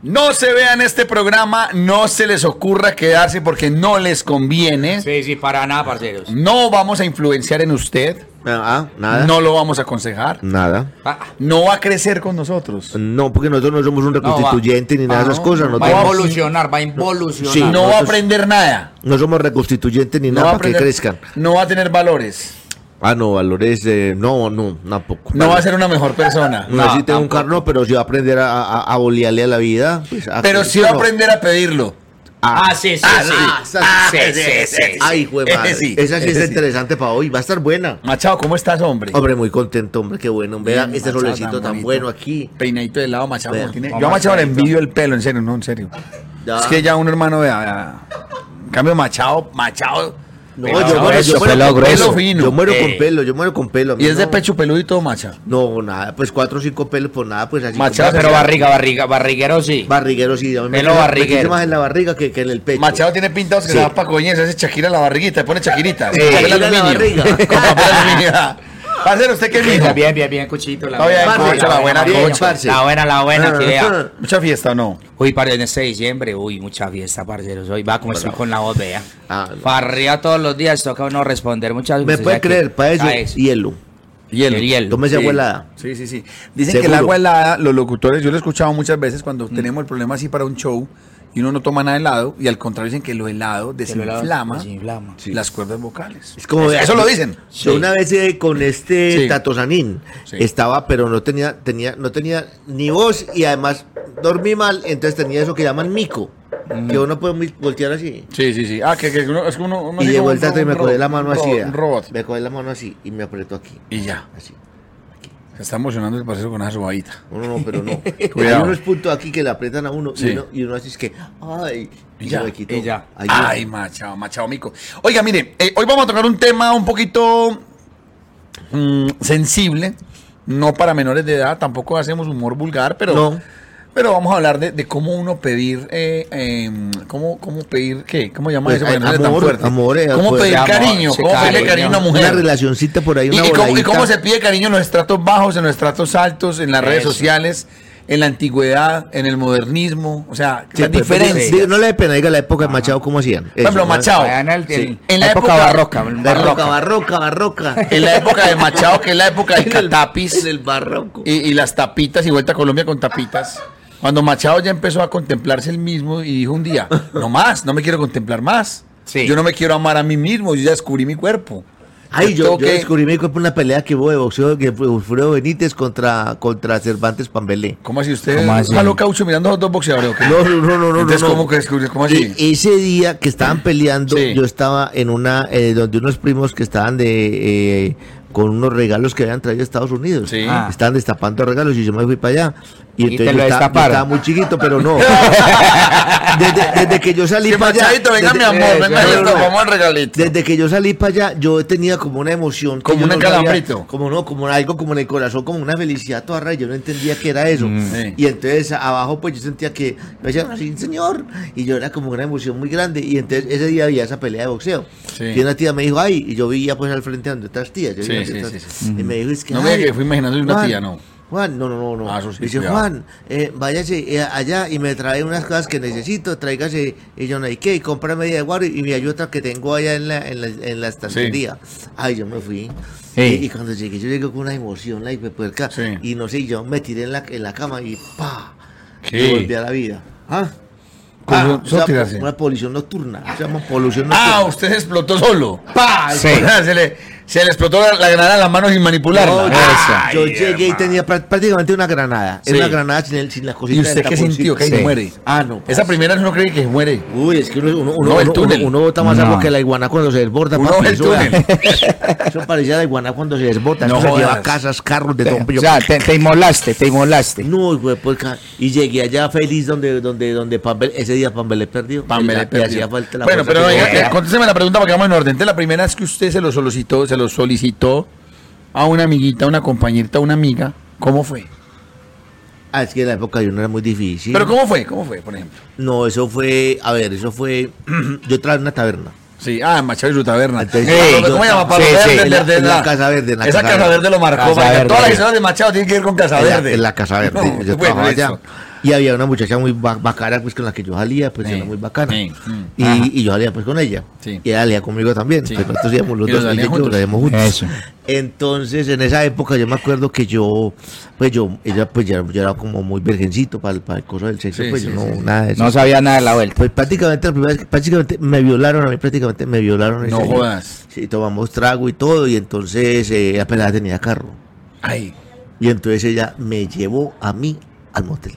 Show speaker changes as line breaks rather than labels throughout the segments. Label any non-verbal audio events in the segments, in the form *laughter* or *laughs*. No se vean este programa, no se les ocurra quedarse porque no les conviene.
Sí, sí, para nada, parceros.
No vamos a influenciar en usted,
Ah, nada.
no lo vamos a aconsejar,
Nada.
Ah,
no va a crecer con nosotros.
No, porque nosotros no somos un reconstituyente ni nada de esas
Ah,
cosas. No,
va a
tenemos-
evolucionar, va a involucionar.
Sí,
No va a
nosotros-
aprender nada.
no somos reconstituyentes ni
No
nada
va a
para que
aprender-
crezcan.
No va a tener valores.
Ah, no, valores. eh, no, no, tampoco.
No va a ser una mejor persona.
No,
No,
sí tengo un carro, no, pero si va a aprender a, a, a bolearle a la vida. pues, a-
Pero sí va a
no.
aprender a pedirlo.
Ah, sí, sí,
Ah,
sí.
sí.
Ah, sí,
Ah,
sí,
ese,
sí,
ese,
sí.
Ay, güey, madre.
Ese sí,
Esa sí
ese
está
sí.
interesante para hoy. Va a estar buena.
Machado, ¿cómo estás, hombre?
Hombre, muy contento, hombre, qué bueno. Vea
Bien,
este
Machado,
solecito tan
bonito.
bueno aquí.
Peinadito de lado, Machado.
Vea,
como tiene-
va
Yo a Machado le
Machadito.
envidio el pelo, en serio, no, en serio.
Ya.
Es que ya un hermano vea, vea. En cambio, Machado, Machado.
No,
Pelado
yo muero,
grueso,
yo muero
pelado
con
grueso.
pelo.
fino.
Yo muero
Eh.
con pelo, yo muero con pelo. a mí
Y es de
no-
pecho peludo y todo, Macha.
No, nada, pues cuatro o cinco pelos, pues nada, pues así.
Machado,
como-
Pero barriga, barriga, barriguero sí.
Barriguero, sí. a mí me
Pelo
crece- me
barriguero.
crece más en la barriga que, que en el pecho.
Machado tiene pintados que
Sí.
se va para coñez, hace Shakira la barriguita, le pone Shakirita.
Sí.
con papel
Shakira la
aluminio.
barriga.
*laughs* Con papel aluminio. *laughs* Parcero, ¿usted qué dijo?
Bien, bien, bien, bien, cuchito. La
Está bien,
parce,
cocha, la buena
bien,
cocha.
parce.
La buena, la buena, que vea.
¿Mucha fiesta o no?
Uy, parce, en este diciembre, uy, mucha fiesta, parceros. Hoy va como estoy con la voz, vea.
Ah, no.
Farrea todos los días, toca uno responder muchas
Me
veces.
puede
o sea que-
creer, para eso,
Ah, es-
hielo.
El hielo.
Tómese
Sí.
agua helada.
Sí, sí, sí. Dicen que el
Seguro. Mm.
agua helada, los locutores, yo lo he escuchado muchas veces cuando tenemos el problema así para un show y uno no toma nada helado y al contrario dicen que lo helado
que lo-
desinflama
Desinflama.
las cuerdas vocales.
Es como-
eso, eso lo dicen.
Yo una vez eh, con este
Sí.
Tato Sanín
Sí.
estaba, pero no tenía, tenía, no tenía ni voz y además dormí mal, entonces tenía eso que llaman mico,
Mm.
que uno puede muy- voltear así.
Sí, sí, sí. Ah, que, que uno, es que uno, uno
y
sí
llegó
como
el Tato y
un
me
ro-
cogí la mano
un
así.
ro-
vea.
Un robot.
Me cogí la mano así y me apretó aquí,
Y ya.
así.
Se está emocionando el parcero con esa sobadita.
No, no, no, pero *laughs* no.
Cuidado.
Hay unos puntos aquí que le apretan a uno,
Sí.
y, uno y uno así es que, ay,
Y
se
ya,
me quitó.
y ya.
Ayuda.
Ay, machao, machao, mico. Oiga, mire, eh, hoy vamos a tocar un tema un poquito mm, sensible, no para menores de edad, tampoco hacemos humor vulgar, pero,
No.
pero vamos a hablar de, de cómo uno pedir, eh, eh, cómo, cómo pedir, ¿qué? ¿Cómo llama
Pues,
eso? para
eh,
no ser tan
amor,
fuerte?
amor, eh,
¿Cómo
pues,
pedir
amor,
cariño?
sí,
¿Cómo pedirle
cariño.
cariño a una mujer?
Una relacioncita por ahí,
¿Y,
una
y cómo, y
voladita.
cómo se pide cariño en los estratos bajos, en los estratos altos, en las redes
Eso.
sociales, en la antigüedad, en el modernismo? O sea,
Sí, pues,
las
pero- pero
diferencias.
diga- No le dé pena, diga la época de Machado, ¿cómo hacían?
Por ejemplo, Machado.
Allá en, el-
Sí.
en
En la época-
barroca, en
La época
barroca.
barroca, barroca.
*laughs* En la época de Machado, que es la época del
*laughs* En el-
catapis
en el barroco.
y, y las tapitas y vuelta a Colombia con tapitas. Cuando Machado ya empezó a contemplarse el mismo y dijo un día, no más, no me quiero contemplar más.
Sí.
Yo no me quiero amar a mí mismo, yo ya descubrí mi cuerpo.
Ay, yo,
tengo
yo
que-
descubrí mi cuerpo en una pelea que hubo de boxeo que fue Wilfredo Benítez contra, contra Cervantes Pambelé.
*laughs* ¿Cómo así usted?
¿Cómo así?
jaló caucho mirando a los dos boxeadores. ¿o qué?
No, no, no, no, no.
Entonces,
no.
¿cómo que descubrió? ¿Cómo así?
E- ese día que estaban peleando,
Sí.
yo estaba en una, eh, donde unos primos que estaban de, eh, con unos regalos que habían traído a Estados Unidos.
Sí.
Ah.
Estaban destapando regalos y yo me fui para allá. Y,
Y
entonces
te lo
yo, estaba, yo
destaparon.
estaba muy chiquito, pero
*laughs*
no. desde, desde que yo salí
Sí,
para allá.
Machadito, venga
desde-
mi amor, venga,
no, no,
esto,
no.
vamos al regalito.
Desde que yo salí para allá, yo tenía como una emoción. que
Como
yo
un
no sabía-
encalambrito.
Como no, como algo como en el corazón, como una felicidad toda rara. Yo no entendía qué era eso.
sí.
Y entonces abajo, pues yo sentía que me decían así, señor. Y yo era como una emoción muy grande. Y entonces ese día había esa pelea de boxeo.
Sí.
Y una tía me dijo, ay, y yo veía pues al frente donde otras tías. Yo
Sí,
veía
sí,
otras
sí,
tías.
sí.
Y me dijo, es que.
No me diga
"Ay,
que fui imaginando una tía, no.
Juan, no, no, no, no.
Ah, eso sí,
Me dice,
cuidado.
Juan, eh, váyase eh, allá y me trae unas cosas que necesito, tráigase y yo no hay que, y compra media de guaro y me ayuda otra que tengo allá en la, en la, en la estantería. Ay, yo me fui.
Sí.
Y, y cuando llegué, yo llegué con una emoción, la hiperpuerca,
Sí.
y no sé, yo me tiré en la, en la cama y pa,
¿Qué? Pues
y volví a la vida. ¿Ah?
¿Cómo
Ah,
se
o sea,
tirarse?
una polución nocturna, Ah, se llama polución nocturna. *laughs*
Ah, usted explotó solo.
¡Pa!
Sí.
Se le- Se le explotó la, la granada en las manos sin manipularla.
No, yo-
Ay,
yo llegué y
hermano.
tenía prá- prácticamente una granada.
Sí.
Era una granada sin, el- sin la cosita
¿Y usted
del
qué
taponcito.
sintió? Que ahí
Sí.
muere.
Ah, no.
Esa primera no cree que muere.
Uy, es que uno, uno, uno,
No, el
uno-
túnel.
uno- uno bota más agua
No.
que la iguana cuando se desborda.
Uno
papi,
ve el
eso da-
túnel.
*laughs* Eso parecía la iguana cuando se desborda.
No
No se lleva
jodas.
casas, carros de todo.
O sea, te, te inmolaste, te inmolaste.
No, güey, pues, ca- y llegué allá feliz donde, donde, donde Pambel, ese día Pambel le perdió.
Pambele
Y la- y
perdió.
hacía falta la
Bueno,
fuerza
pero
que-
oiga,
tenía.
eh, contésteme la pregunta porque vamos en orden. Entonces, la primera es que usted se lo solicitó, se lo solicitó a una amiguita, una compañerita, una amiga. ¿Cómo fue?
Ah, es que en la época yo no era muy difícil.
Pero ¿cómo fue? ¿Cómo fue, por ejemplo?
No, eso fue, a ver, eso fue, *clears throat* yo traje una taberna.
Sí, ah, en Machado y su taberna.
Entonces,
Ah,
sí,
¿Cómo
yo-
se llama? Palo
sí,
Verde,
sí.
Verde,
En la- en la
la-
Casa Verde, en la
Esa
Casa
Casa
Verde.
Verde lo marcó.
Casa
marica.
Verde.
Todas las historias de Machado tienen que ir con Casa
En la-
Verde.
En la Casa Verde.
No, bueno,
yo trabajaba
eso.
allá. Y había una muchacha muy ba- bacana, pues con la que yo salía, pues
Sí,
era muy bacana.
sí, sí.
Y,
Ajá.
y yo salía pues con ella.
Sí.
Y ella salía conmigo también.
Sí.
Pues, nosotros íbamos los
Y los
dos y
salían
yo
juntos.
salíamos juntos.
Eso.
Entonces, en esa época yo me acuerdo que yo, pues yo, ella, pues yo, yo era como muy virgencito para, el- para el coso del sexo,
Sí,
pues
sí,
yo no,
sí, sí.
nada de eso.
No sabía nada de la vuelta.
Pues prácticamente la primera vez que- prácticamente me violaron a mí, prácticamente me violaron. ese
No
día.
jodas.
Sí, tomamos trago y todo, y entonces eh, apenas tenía carro.
Ay,
Y entonces ella me llevó a mí al motel.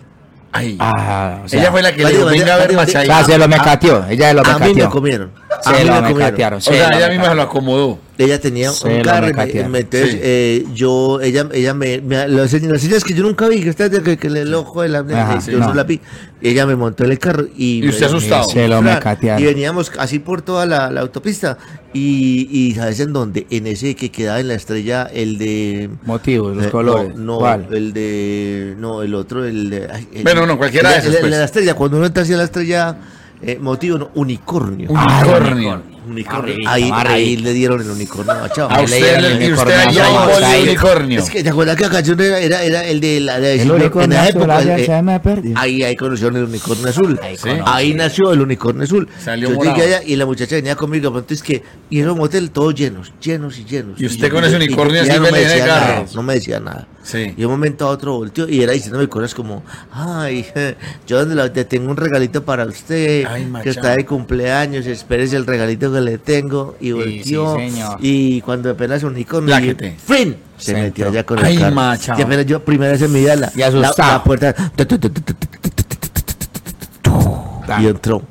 ay.
Ah, o sea,
Ella fue la que le
Mario,
dijo,
Mario,
venga a ver
Mario,
o
Machado.
sea, se lo
a-
mecateó. Ella se lo
a mí me
mecateó.
comieron. A
Se
mí
lo
me comieron.
mecatearon.
O sea, ella misma se lo acomodó.
Ella tenía
Se
un
lo
carro, y me-
mecatearon.
me- entonces
Sí.
eh, yo, ella, ella me, me las señas las señas que yo nunca vi, que está que, que el ojo de la, de-
Ajá,
de-
sí,
yo
no.
no la vi. Ella me montó en el carro y,
Y usted
me-
asustado.
Se lo
Fran,
mecatearon.
Y veníamos así por toda la, la autopista. Y, y ¿sabes en dónde? En ese que quedaba en la estrella, el de.
Motivos, los
eh,
colores.
No, no,
¿Cuál?
el de. No, el otro, el de. ay, el-
Bueno, no, cualquiera
el
de esos,
el- el
pues.
la estrella, cuando uno entra hacia la estrella, eh, motivo, no, unicornio.
Ah,
Unicornio.
Unicornio.
Barriguita,
Ahí, ahí
barriguita.
le dieron el unicornio a Chava.
A
Ahí le
usted
dieron
le
el
dio usted
unicornio
ahí
a
un
Saúl.
bol de
Saúl.
unicornio.
Es que te acuerdas que la canción era, era, era el de la de
El único
en la
Nacho
época,
Gracia
eh,
se me perdió.
ahí, ahí conocieron el unicornio azul.
Ahí
Ahí,
Sí.
ahí nació el unicornio azul.
Salió
Yo
morado.
llegué allá y la muchacha venía conmigo, pero entonces que, y era un motel todos llenos, llenos y llenos.
Y usted
yo-
con ese
yo-
unicornio
yo-
así
ella no me
peleando
decía
de
nada,
carros.
no me decía nada.
Sí.
Y de un momento a otro volteó y era diciéndome cosas como, ay, *laughs* yo donde la- te tengo un regalito para usted,
Ay, macha.
que está de cumpleaños, espérese el regalito que le tengo. Y volteó.
sí, señor.
y cuando apenas unicornio, y-
Pláquete.
¡Fin! Se
Centro.
metió allá con
Ay,
el carro.
macha.
Y apenas yo, primera vez en mi vida, la,
Y
la-
asustado.
la puerta. tu, tu, tu, tu, tu, tu, tu, tu, tu, tu, tu, tu, Y entró.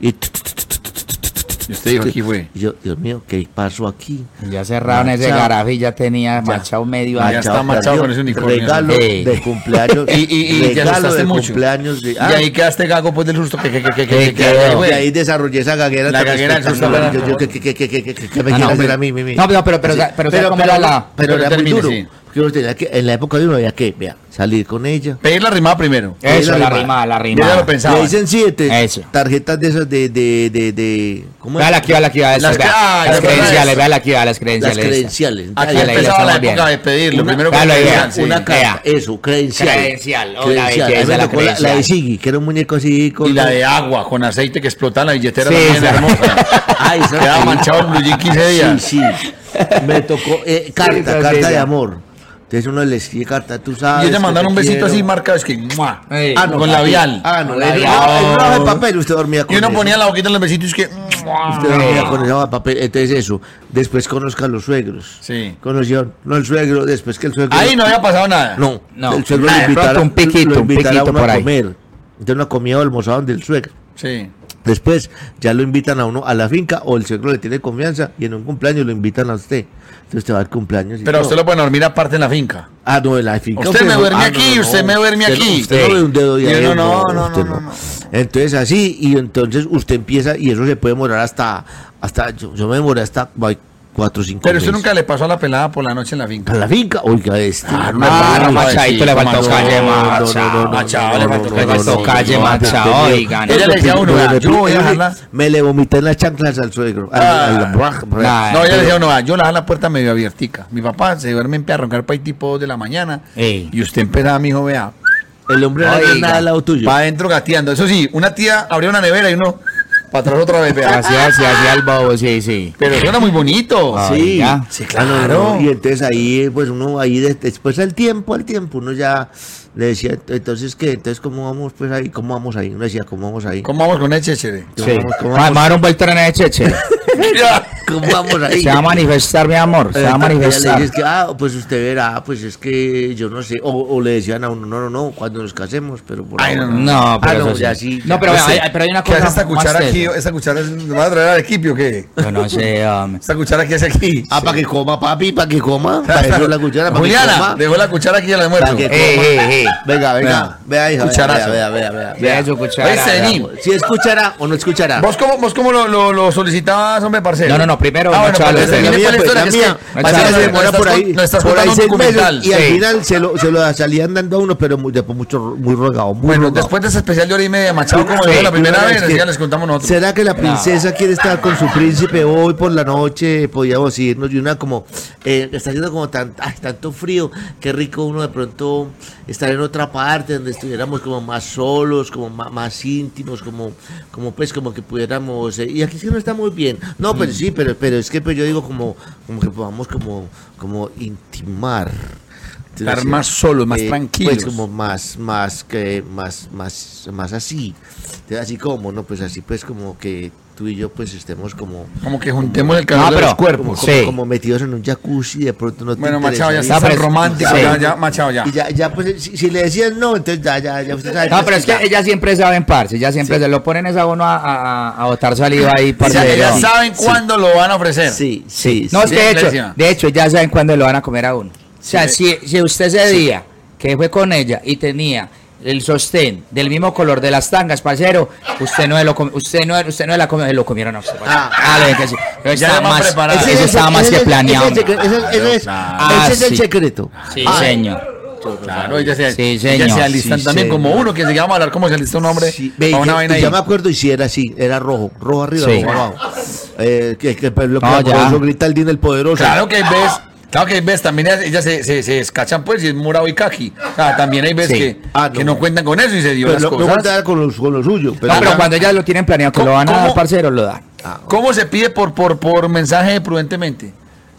Y tu, tu, tu, tu, tu, tu, tu, tu,
Y usted dijo, "Aquí fue".
y yo, Dios mío, ¿qué pasó aquí?
Ya cerraron ese
Machado.
garaje y ya tenía machado
Ah,
medio
Ya
año.
está machado
perdió.
con ese unicornio.
Regalo
Ey.
de cumpleaños.
*laughs* Y, y, y te
regalo
asustaste
de
mucho.
cumpleaños. De,
y
ah,
ahí quedaste gago pues del susto que que que que que que- que-
Que quedó.
güey.
y ahí desarrollé esa gaguera.
La
tan
gaguera del susto,
espectacular.
¿verdad?
Yo- yo, ¿qué- qué- qué- qué- qué- qué- qué me
Ah,
quiere
no,
hacer
pero-
a mí, mi, mi?
No, pero- pero-
Así.
pero- pero ¿sabes cómo era la-
pero era muy
Termine,
duro.
sí.
Porque uno tenía que- en la época de uno había que, vea, salir con ella.
Pedir la rimada primero.
Eso,
la
la
rima.
rima, la
Yo ya
rima.
lo pensaba.
Le dicen siete
Eso.
tarjetas de esas de, de, de, de ¿cómo es?
Vea la que va, la que va.
Las
Las,
que- ay,
las
de verdad,
credenciales,
eso.
vea la que va, las
las
credenciales.
credenciales.
Aquí
ya la- ya
empezaba la
estamos bien.
época de pedir. Lo
Una-
primero que
ya lo
pedían,
idea,
sí.
Una carta, eso, credencial.
Credencial, oh, la
Credencial.
belleza,
A mí me
la
tocó la, la de
credencial.
Siggy, que era un muñeco así con
Y la de agua con aceite que explotaba en la billetera
Sí,
también
sí.
hermosa.
*laughs* Ay, esa-
Quedaba manchado el blue jean 15 días.
Sí, sí. Me tocó eh, carta,
Sí, esa-
carta
esa.
de amor. Entonces uno le escribe carta, tú sabes.
Y ella mandaron un
Ah, que te
besito así
quiero.
marcado, es que ¡mua!
Ey.
Ah, no, con labial.
Ah, no,
Con
era-
labial.
era- era una hoja de papel, usted dormía con
Y uno
eso.
ponía Ah. la boquita en los besitos, es que ¡mua!
Usted dormía con esa hoja de papel. Entonces eso, después conozca a los suegros.
Sí.
Conoció, no el suegro, después que el suegro.
Ahí no había pasado nada.
No,
No.
El suegro
Ah,
lo
de
invitara,
pronto un piquito,
lo
un
invitara
piquito
a uno
por
a
ahí.
comer. Entonces uno comía o almorzaba donde el suegro.
Sí.
Después ya lo invitan a uno a la finca o el suegro le tiene confianza y en un cumpleaños lo invitan a usted. Entonces usted va al cumpleaños. y
Pero a
todo.
usted lo puede dormir aparte en la finca.
Ah, no, en la finca.
Usted me
no-
duerme
ah,
aquí, usted me duerme
Usted no-
aquí.
Usted
Sí.
no ve un dedo de
Yo
ahí,
no, no, no,
usted
no, no.
Entonces así, y entonces usted empieza, y eso se puede demorar hasta, hasta yo, yo me demoré hasta ay, cuatro o cinco
Pero usted
meses.
nunca le pasó a la pelada por la noche en la finca.
A la finca, oiga, este.
Ah,
no,
Ah,
Mano,
no,
machadito le faltó
no,
calle,
no,
machado.
machado, le faltó
Le faltó calle,
no,
machado, oigan.
Ella le decía a uno, "Ah,
Yo
yo voy a
le-
dejarla.
Me le vomité en las chanclas al suegro. al-
Ah.
al- braj, braj.
Nah,
No, ella le decía, no, ah, yo la dejaba la puerta medio abiertica. Mi papá se duerme en pie a roncar para ahí tipo 2 de la mañana.
Ey.
Y usted empezaba, mi hijo, vea,
El hombre no
Oiga.
había nada al lado tuyo.
para adentro gateando. Eso sí, una tía abrió una nevera y uno para atrás otra
*laughs*
vez, vea.
Así, así, así al bobo, sí, sí.
Pero eso era muy bonito.
Ah,
Sí,
ya.
Sí,
Ah, no,
claro.
no, Y entonces ahí, pues uno ahí, de- después al tiempo, al tiempo, uno ya le decía, "Ent- entonces qué, entonces cómo vamos, pues ahí, cómo vamos ahí, uno decía, cómo vamos ahí.
¿Cómo vamos con ese chévere?
¿Cómo vamos, cómo *laughs*
Además, era un vuelto en el cheche.
*laughs* ¿Cómo vamos ahí?
Se va a manifestar, mi amor. Se va a
Ya
manifestar.
le dices que, ah, pues usted verá, pues es que yo no sé. O, o le decían a uno, no, no, no, cuando nos casemos, pero por
Ay, no,
ahora.
No,
Ah,
pero.
no,
eso sí.
ya sí,
No,
ya.
pero,
Pues
vea,
sí.
hay- pero hay una
¿Qué
cosa.
hace esta
más
cuchara
seria.
aquí? ¿Esta cuchara es- ¿la va a traer al equipo o qué?
Yo no
*laughs*
sé. um,
¿Esta cuchara que hace aquí?
Ah, para que coma, papi, para
*laughs*
que coma. Para eso es Ah, la cuchara, para que
Juliana,
coma.
dejó la cuchara aquí al almuerzo.
Para que
Ey,
coma.
ey, ey.
Venga,
Vea.
venga. Vea, hija. Vea,
Cucharazo.
vea, vea, vea.
eh, Vea su cuchara.
Oye,
vea.
Senim.
Si escuchará o no escuchará.
¿Vos cómo, vos cómo lo, lo, lo solicitabas, hombre, parcero?
No, no, no, primero,
Ah, bueno,
Machado,
pues,
usted.
termine
La
con
mía,
la
pues,
historia
la
que es
mía, eh,
que-
parece que
Machado,
se
nos
demora
estás
por
con-
ahí,
nos estás
por ahí
contando un
seis meses,
documental.
y al
Sí.
final se lo, se lo salían dando a uno, pero muy, de- mucho, muy rogado, muy
Bueno,
rogado.
después de ese especial de hora y media, Machado, como
Sí,
dijo la primera
claro,
vez,
es que-
ya les contamos nosotros.
¿Será que la princesa quiere estar con su príncipe hoy por la noche? Podíamos irnos y una como, eh, está haciendo como tan, ay, tanto frío, qué rico uno de pronto estar en otra parte donde estuviéramos como más solos, como ma- más, íntimos, como, como pues como que pudiéramos, eh, y aquí es que no está muy bien. No, pero sí, pero, pero es que pues, yo digo como, como que podamos como, como intimar.
Estar más solos, más tranquilos.
Pues como más, más que, más, más, más así. Así como, ¿no? Pues así pues como que tú y yo pues estemos como,
Como que juntemos el calor
No,
de
pero-
los
como,
cuerpos.
como-
Sí.
como metidos en un jacuzzi de pronto no te
Bueno,
interesa
Machado, ya
ir.
está
No, pero
tan
es-
romántico.
sí.
Ya, ya, Machado, ya.
Y ya, ya pues si, si le decían no, entonces ya, ya, ya usted sabe.
No,
pues,
pero es que
ya.
ellas siempre saben, parce. Ellas siempre se lo ponen es a uno a, a, a- a botar saliva ahí,
O
parce.
sea,
no.
ellas saben cuándo lo van a ofrecer.
Sí, sí,
No, es
sí.
que de
Bien,
hecho,
Grecia.
de hecho, ya saben cuándo lo van a comer a uno. O sea, si, si usted ese día que fue con ella y tenía el sostén del mismo color de las tangas, parcero, usted no se lo comió, usted no, usted no se la comió, se lo comieron a usted. parcero.
Ah.
Ah, le ven que sí. Pero
Ya
estaba
le van
más,
preparado.
eso
Ese
estaba más que planeado.
Ese, es el- ese, es- ese es-
Ah, Claro,
ese es el
sí.
secreto.
Sí,
Ah,
señor.
Claro, ellas se,
Sí,
ellas
señor,
se alistan
sí,
también como
señor.
uno que se llama a hablar como se alista un hombre
Sí, ve,
para
yo-
una vaina
y
ahí.
yo me acuerdo y si era así, era rojo, rojo arriba,
Sí.
rojo abajo. Eh, que, que, pero lo que
No,
el
ya.
poderoso grita el Dino el poderoso.
Claro que hay ves, claro que hay ves, también ellas, ellas se, se, se escachan pues y es morado y caqui. O sea, también hay veces
Sí.
que,
Ah, no.
que no cuentan con eso y se dio
Pero
las
lo, lo
cosas.
guarda con, los- con lo suyo.
No, pero
ya-
cuando ellas lo tienen planeado que lo van a
¿Cómo?
dar, parcero, lo dan.
Ah,
¿Cómo se pide por, por, por mensaje prudentemente?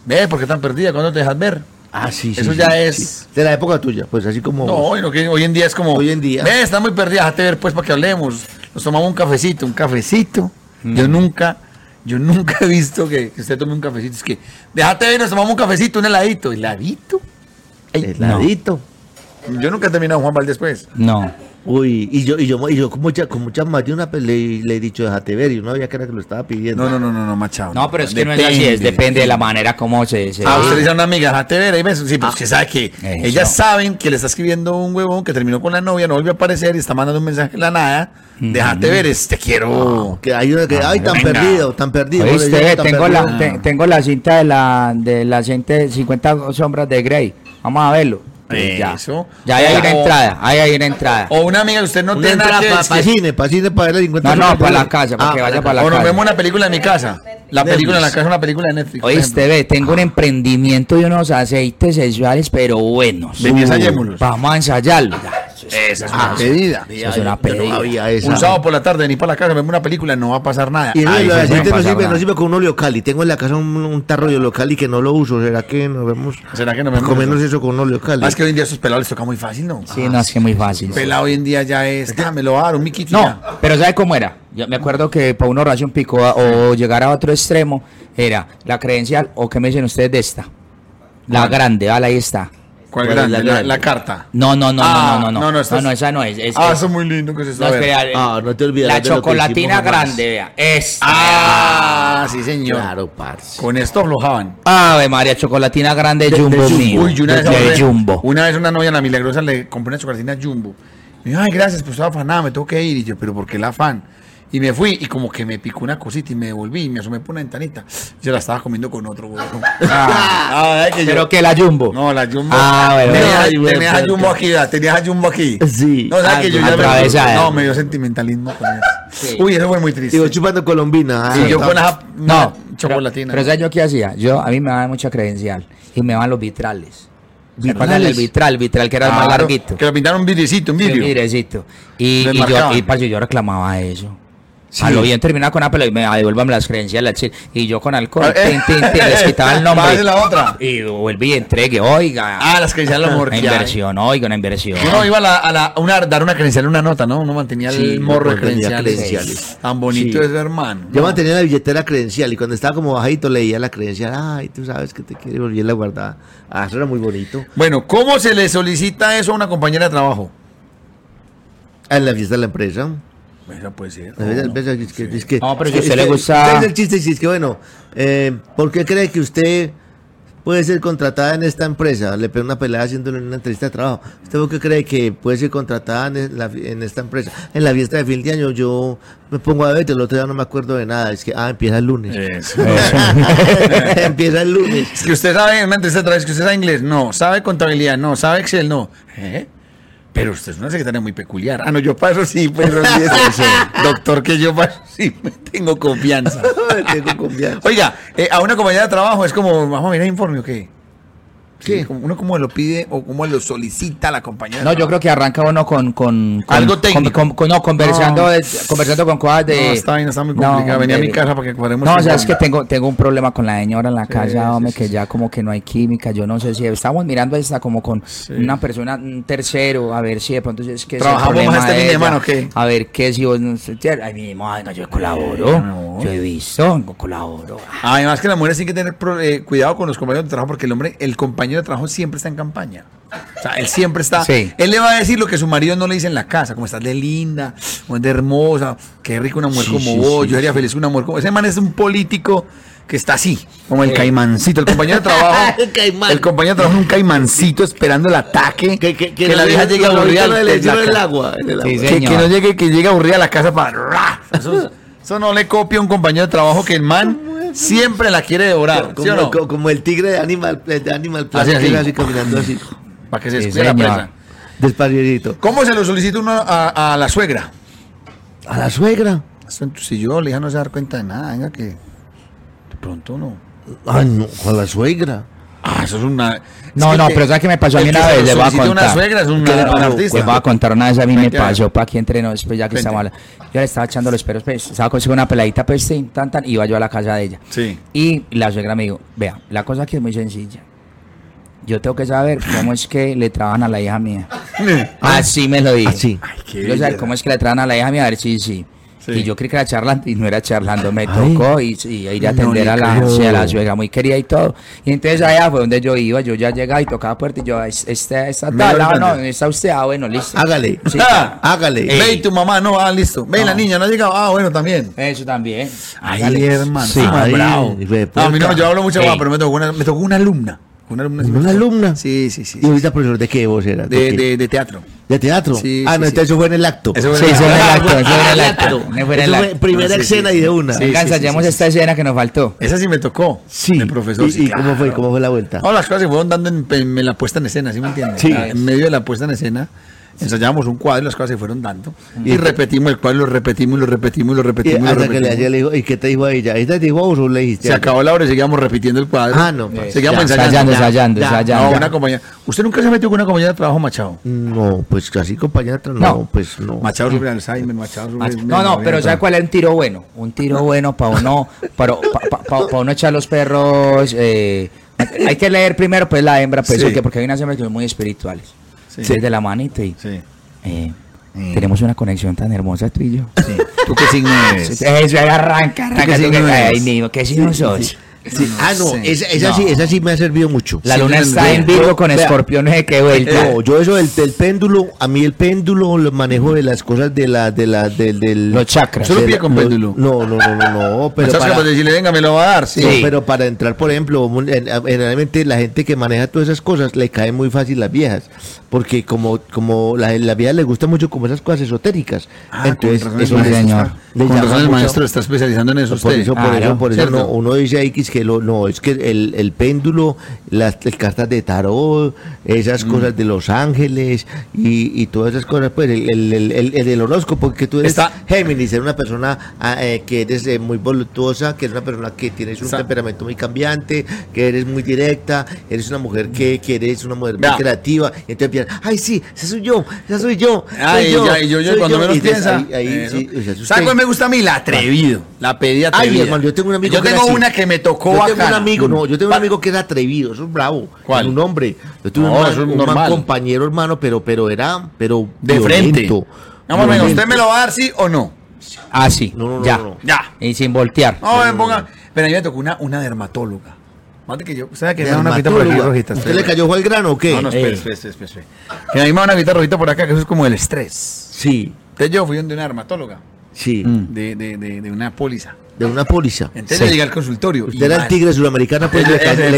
¿Ves? ¿Por qué tan perdida? ¿Cuándo te dejas ver?
Ah, sí, sí,
Eso
sí,
ya
sí.
es-
De la época tuya, pues así como.
No, hoy, no, que hoy en día es como.
Hoy en día.
Ves, está muy perdida, déjate ver pues para que hablemos. Nos tomamos un cafecito, un cafecito.
Mm.
Yo nunca, yo nunca he visto que, que usted tome un cafecito. Es que, déjate ver, nos tomamos un cafecito, un heladito. ¿Heladito? Ey,
heladito.
Yo nunca he terminado Juan Valdés pues.
No.
Uy, y yo, y yo, y yo con muchas con mucha más de una pues, le, le he dicho, déjate ver, y una ya que era que lo estaba pidiendo.
No, no, no, no, no, machado.
No, pero es que no es así, es, depende de la manera como se... se
Ah, usted le dice a una amiga, déjate ver, ahí ves. Sí, pues
Ah.
que sabe que
Eso.
ellas saben que le está escribiendo un huevón que terminó con la novia, no volvió a aparecer y está mandando un mensaje en la nada. Déjate ver, es, te quiero.
Que hay una que, ay, tan
venga.
perdido, tan perdido.
Ah, Oíste,
Bueno, yo
ve,
tan
tengo
perdido.
la, te- tengo la cinta de la, de la cinta de 50 sombras de Grey. Vamos a verlo. Y ya.
Eso.
Ya hay ahí una
O-
entrada, ahí hay una entrada.
O una amiga que usted no
Una
tiene nada
entrada
que
pa- pa'
decir.
cine, pa' cine, para ver la 50
No, no,
sombras de
pa' la
Grey.
casa, pa' que
Ah,
vaya pa' la
O nos
casa.
vemos una película en mi casa. La
Netflix.
película en la casa es una película de Netflix. por
Oíste,
ejemplo.
ve, tengo un emprendimiento de unos aceites sexuales, pero buenos.
Ven y ensayémoslos.
Vamos a ensayarlo. Ya, eso es-
Esa es
Ah,
una-
pedida.
eso es una
Yo no
pedida.
había esa.
Un sábado por la tarde, ni para la casa, vemos una película, no va a pasar nada.
Y
Ahí
lo
sí
de
pueden
aceite no
pasar
sirve,
nada.
no sirve con un oleocali. Tengo en la casa un, un tarro de oleocali que no lo uso. ¿Será que nos vemos?
¿Será que nos vemos
Comernos eso con un oleocali.
Ah, es que hoy en día esos pelados les toca muy fácil, ¿no?
Sí, no, es que es muy fácil.
Pelado hoy en día ya es. Ah, me lo va a dar un miquito.
No, pero ¿sabe cómo era? Yo me acuerdo que para uno ración pico o llegar a otro extremo era la credencial o qué me dicen ustedes de esta. La grande, vale, ahí está.
¿Cuál
¿Cuál es
grande?
la
La,
grande?
la carta.
No, no, no,
Ah,
no, no, no, no,
no,
no,
no, esta es-
esa no es. es-
Ah,
es-
eso es muy lindo que se
no,
está
espera, eh,
Ah, no te olvides
La
de lo que
chocolatina
hicimos jamás.
grande, vea. Esta.
Ah, sí, señor.
Claro, parce.
Con esto aflojaban.
Ave María, chocolatina grande Jumbo mío.
Uy, yo una vez,
de,
hablé-
Jumbo.
una vez una novia en la milagrosa le compré una chocolatina Jumbo. Me dijo, ay, gracias, pues estaba afanada, me tengo que ir. Y yo, pero ¿por qué el afán? Y me fui y como que me picó una cosita y me devolví y me asomé por una ventanita. Yo la estaba comiendo con otro,
*laughs*
güey. *laughs* Ah, ah, es que yo-
Pero que la Jumbo.
No, la Jumbo.
Ah, bueno.
Tenías,
Ay, güey,
tenías a
pero-
Jumbo aquí, ¿verdad? tenías a Jumbo aquí.
Sí.
No, ¿sabes
Ah,
que yo
no,
ya me,
atravesada.
No, me dio sentimentalismo con eso.
Sí.
Uy, eso fue muy triste.
Digo, chupando colombina. ah,
y yo
está-
con esa
No,
chocolatina.
Pero, pero ¿sabes yo qué hacía? Yo, a mí me daban mucha credencial y me daban los vitrales. ¿Se acuerdan
¿Vitrales?
del vitral, vitral que era el más
Claro,
larguito.
Que lo pintaron un vidriecito, un
Sí,
vidrio.
vidriecito. Y,
Lo
y yo,
enmarcaban.
y, parce, yo reclamaba eso. A lo bien terminaba con Apple y me devuelvan las credenciales. la chi- Y yo con
Ah,
alcohol,
eh,
tin, tin,
*laughs*
tin, les quitaba el nombre.
Pase la otra.
Y volví y entregué, oiga.
Ah, las credenciales lo
Una
morqueaban.
inversión, oiga, una inversión.
Uno iba a, la- a la- a una- dar una credencial, una nota, ¿no? Uno mantenía
Sí,
el morro de
uno tenía
credenciales.
credenciales.
Tan bonito
Sí.
es, hermano.
Yo
No.
mantenía la billetera credencial y cuando estaba como bajito leía la credencial. Ay, tú sabes que te quiero y volví la guardaba. Ah, eso era muy bonito.
Bueno, ¿cómo se le solicita eso a una compañera de trabajo?
Ah, En la fiesta de la empresa.
Esa puede ser.
Pues,
La fiesta de la empresa, es que- es que-
No, pero
es
si a
que-
usted
es
le
que-
gusta-
usted es el chiste, sí, es que bueno, eh, ¿por qué cree que usted puede ser contratada en esta empresa? Le pegó una pelada haciéndole una entrevista de trabajo. ¿Usted por qué cree que puede ser contratada en, la- en esta empresa? En la fiesta de fin de año yo me pongo a ver, el otro día no me acuerdo de nada. Es que, ah, empieza el lunes.
pues,
Eso.
*laughs* empieza el lunes.
Es que usted sabe, una entrevista otra vez, que usted sabe inglés, no. Sabe contabilidad, no. Sabe Excel, no. ¿Eh? Pero usted es una secretaria muy peculiar. Ah, no, yo paso sí, pues eso sí es- Doctor, que yo paso sí, me tengo confianza.
Tengo confianza.
Oiga, eh, a una compañera de trabajo es como, vamos a mirar informe o qué.
¿Qué?
Sí, como- uno como lo pide o como lo solicita la compañera.
No, yo creo que arranca uno con. con, con-
Algo
con-
técnico.
con- con- no, conversando, de- conversando con cosas de.
No, está bien, está muy complicado. Venía a mi
hombre.
casa para que cuadremos.
No, o sea,
informe.
es que tengo, tengo un problema con la señora en la casa,
sí,
hombre, que ya como que no hay química. Yo no sé si estamos mirando esta como con una persona, un tercero, a ver si de pronto es que es el
¿Trabajamos más
problema
este
de
fin de
ella.
semana o qué?
A ver qué si vos. no sé, tía, Ay, mi madre, yo colaboro. Yo he visto, yo colaboro.
Además Ah, que las mujeres tienen que tener pro- eh, cuidado con los compañeros de trabajo porque el hombre, el compañero de trabajo siempre está en campaña. O sea, él siempre está.
Sí.
Él le va a decir lo que su marido no le dice en la casa, como estás de linda, como de hermosa, qué rico una mujer
Sí,
como
sí,
vos,
sí,
yo sería feliz con una mujer como. Ese man es un político que está así, como el caimancito, el compañero de trabajo.
El caimán.
el compañero de trabajo es un caimancito esperando el ataque.
Que, que,
que la vieja llegue
llega
aburrida. al-
Le
la
echó el
ca-
agua. En el agua.
Sí, sí.
que, que no
Señor.
llegue, que llegue aburrida a la casa para. ¡ra! Eso, *laughs* eso no le copia a un compañero de trabajo que el man siempre la quiere devorar.
como,
Ah, ¿Sí o no?
co- como el tigre de Animal, de Animal Planet,
Así, así.
que iba así caminando así,
Para que se
Sí,
descuide la
señor.
presa.
despacierito.
¿Cómo se lo solicita uno a, a la suegra?
A la suegra.
Si yo, la hija no se va a dar cuenta de nada, venga que. De pronto no.
Ay, Ah, no, a la suegra.
Ah, eso es una. es
No,
que
no,
te-
pero ¿sabes qué me pasó a
el
mí
que
una
se lo
vez? Le voy a
solicite
contar.
una suegra es un,
¿Qué le
un
pasó?
artista.
Les voy a contar una vez a mí me
Vente, a ver.
pasó para aquí entre nos, pues ya que
Vente.
estamos hablando. Yo le estaba echando los perros, pues estaba consiguiendo una peladita, pues tin, tan, tan, iba yo a la casa de ella.
Sí.
Y la suegra me dijo, vea, la cosa aquí es muy sencilla. Yo tengo que saber cómo es que le traban a la hija
*laughs*
mía.
Ah.
Así me lo dijo.
Así.
qué
Yo saber
belleza.
cómo es que le traban a la hija mía, a ver si sí.
Sí.
Y yo creí que era charlando y no era charlando, me
Ay.
tocó y, y ir a
No
atender
le
a, la,
creo.
sí, a la suegra muy querida y todo. Y entonces allá fue donde yo iba, yo ya llegaba y tocaba puerta y yo, "Es- este, esta
Me
tal,
lo
ah, no,
entendí.
está usted, ah, bueno, listo.
Hágale.
Sí.
Ah,
Hágale.
Ey.
Ve y tu mamá, no, ah, listo. Ve y la
No.
niña, no ha llegado. Ah, bueno, también.
Eso también.
Ay,
Hágale.
hermano.
Sí.
ah,
Ay,
bravo.
hijo de
No, a mí no,
puta.
yo hablo mucho
Ey.
más, pero me tocó una, me tocó una alumna. Una alumna. sí me
¿Una
tocó.
alumna?
Sí, sí, sí.
¿Y ahorita profesor de qué vos eras?
De,
qué?
de, de teatro.
¿De teatro?
Sí,
ah,
sí,
no,
sí.
entonces eso fue en el acto.
Eso fue
Sí, eso fue en el acto, eso fue en el
Ah,
acto. Eso fue en el
Eso
acto.
primera
Sí, sí,
escena
sí.
y de una.
Sí.
Venganza, llevamos esta escena que nos faltó.
Esa sí me tocó. El profesor.
¿Y,
sí,
y cómo fue?
claro. Ah,
¿Cómo fue la vuelta?
No, las cosas se fueron dando en, en- en la puesta en escena, ¿sí me entiendes?
Sí.
En medio de la puesta en escena, ensayábamos un cuadro y las cosas se fueron dando. Y repetimos el cuadro, lo repetimos, lo repetimos, lo
Y
repetimos, lo
hasta que le,
repetimos.
ayer le dijo, ¿y qué te dijo a ella? ¿Ella te dijo a vos o le dijiste?
Se acabó la hora y seguíamos repitiendo el cuadro.
Ah, no, pues,
Seguíamos
ya,
ensayando.
Ensayando, ensayando,
ya,
No,
ensayando.
una compañía. ¿Usted nunca se ha metido con una compañía de trabajo, Machado?
No, pues así compañera, no,
No.
pues no.
Machado sufre Alzheimer, Machado sufre...
No, no, pero ¿sabes cuál es un tiro bueno? Un tiro bueno para uno, para, uno echar los perros. eh, hay que leer primero, pues la hembra, pues,
Sí.
¿o qué? porque hay unas hembras que son muy espirituales.
Sí.
Desde la manita y.
Sí.
eh, Tenemos una conexión tan hermosa
*laughs*
tú y yo.
sí. ¿Tú qué
*laughs*
signo eres?
Eso, arranca, arranca.
¿Qué
tú que-
signo
Ay,
eres?
mío, ¿qué signo sos?
Sí, ah, no,
Sí.
esa, esa
No.
sí, esa sí me ha servido mucho.
La
Sí,
luna
no,
está
no,
en
no.
Virgo con
Vea.
escorpión, no sé qué vuelta.
Eh.
No, yo eso del, del péndulo, a mí el péndulo, el manejo de las cosas de la, de la, del, del-
Los chakras.
Solo
de
pide
la-
con
los-
péndulo.
No, no, no, no,
*laughs*
no,
Machado
pero
es
para,
capaz de decirle, venga, me lo va a dar.
no,
Sí.
pero para entrar, por ejemplo, un- en- a- generalmente la gente que maneja todas esas cosas le caen muy fácil las viejas, porque como, como la, la vieja le gusta mucho como esas cosas esotéricas,
Ah,
entonces
con razón,
eso
el
les-
maestro
les
está-
Con
llama
razón el
mucho-
maestro está especializando en eso
Por
usted.
eso, por
Claro,
eso, por eso
¿cierto?
no, uno dice X que lo, no, es que el, el péndulo, las, las cartas de tarot,
Mm.
esas cosas de los ángeles y, y todas esas cosas, pues el, el, el, el- el del horóscopo, que tú eres
Está-
Géminis, eres una persona ah, eh, que eres eh, muy voluptuosa, que eres una persona que tienes un
Está-
temperamento muy cambiante, que eres muy directa, eres una mujer que, que eres una mujer muy
Mm. Vea.
creativa, y entonces piensas, ay sí, esa soy yo, esa soy yo, soy
Ay,
Pues yo,
ya, y yo, yo
soy
cuando
yo".
menos
Y entonces
piensa.
ahí- ahí
eh,
sí,
¿no?
o sea, es
¿Sabe
usted.
cuál me gusta a mí? La atrevido. La pedí atrevida.
hermano, yo tengo un amigo
Yo
que era
tengo
así.
una que me tocó
Yo tengo un
bacana.
amigo, no, yo tengo un
Pa-
amigo que era atrevido, eso es bravo.
¿Cuál?
Un hombre. Yo tuve
No,
un, man-
eso es
un man
normal.
compañero, hermano, pero, pero era, pero
De frente.
violento,
Vamos, venga,
violento.
¿usted me lo va a dar sí o no?
Ah, sí.
No, no, no,
ya.
no, no.
Ya.
Y sin voltear.
No, me ponga. Pero a mí me tocó una, una dermatóloga. Mate que yo. ¿Sabe que me da una hojita por aquí
Dermatóloga.
rojita?
¿Usted le cayó fue al grano o qué?
No, no, espere,
Ey.
espere, espere, espere, espere. Que a mí me da una hojita rojita por acá, que eso es como el estrés.
Sí,
Entonces yo fui donde una dermatóloga,
sí.
de, de, de, de una póliza.
De una póliza.
Entonces
Sí.
yo llegué al consultorio.
Usted era el
man,
tigre suramericano,
*laughs*
pues le cayó, le cayó en,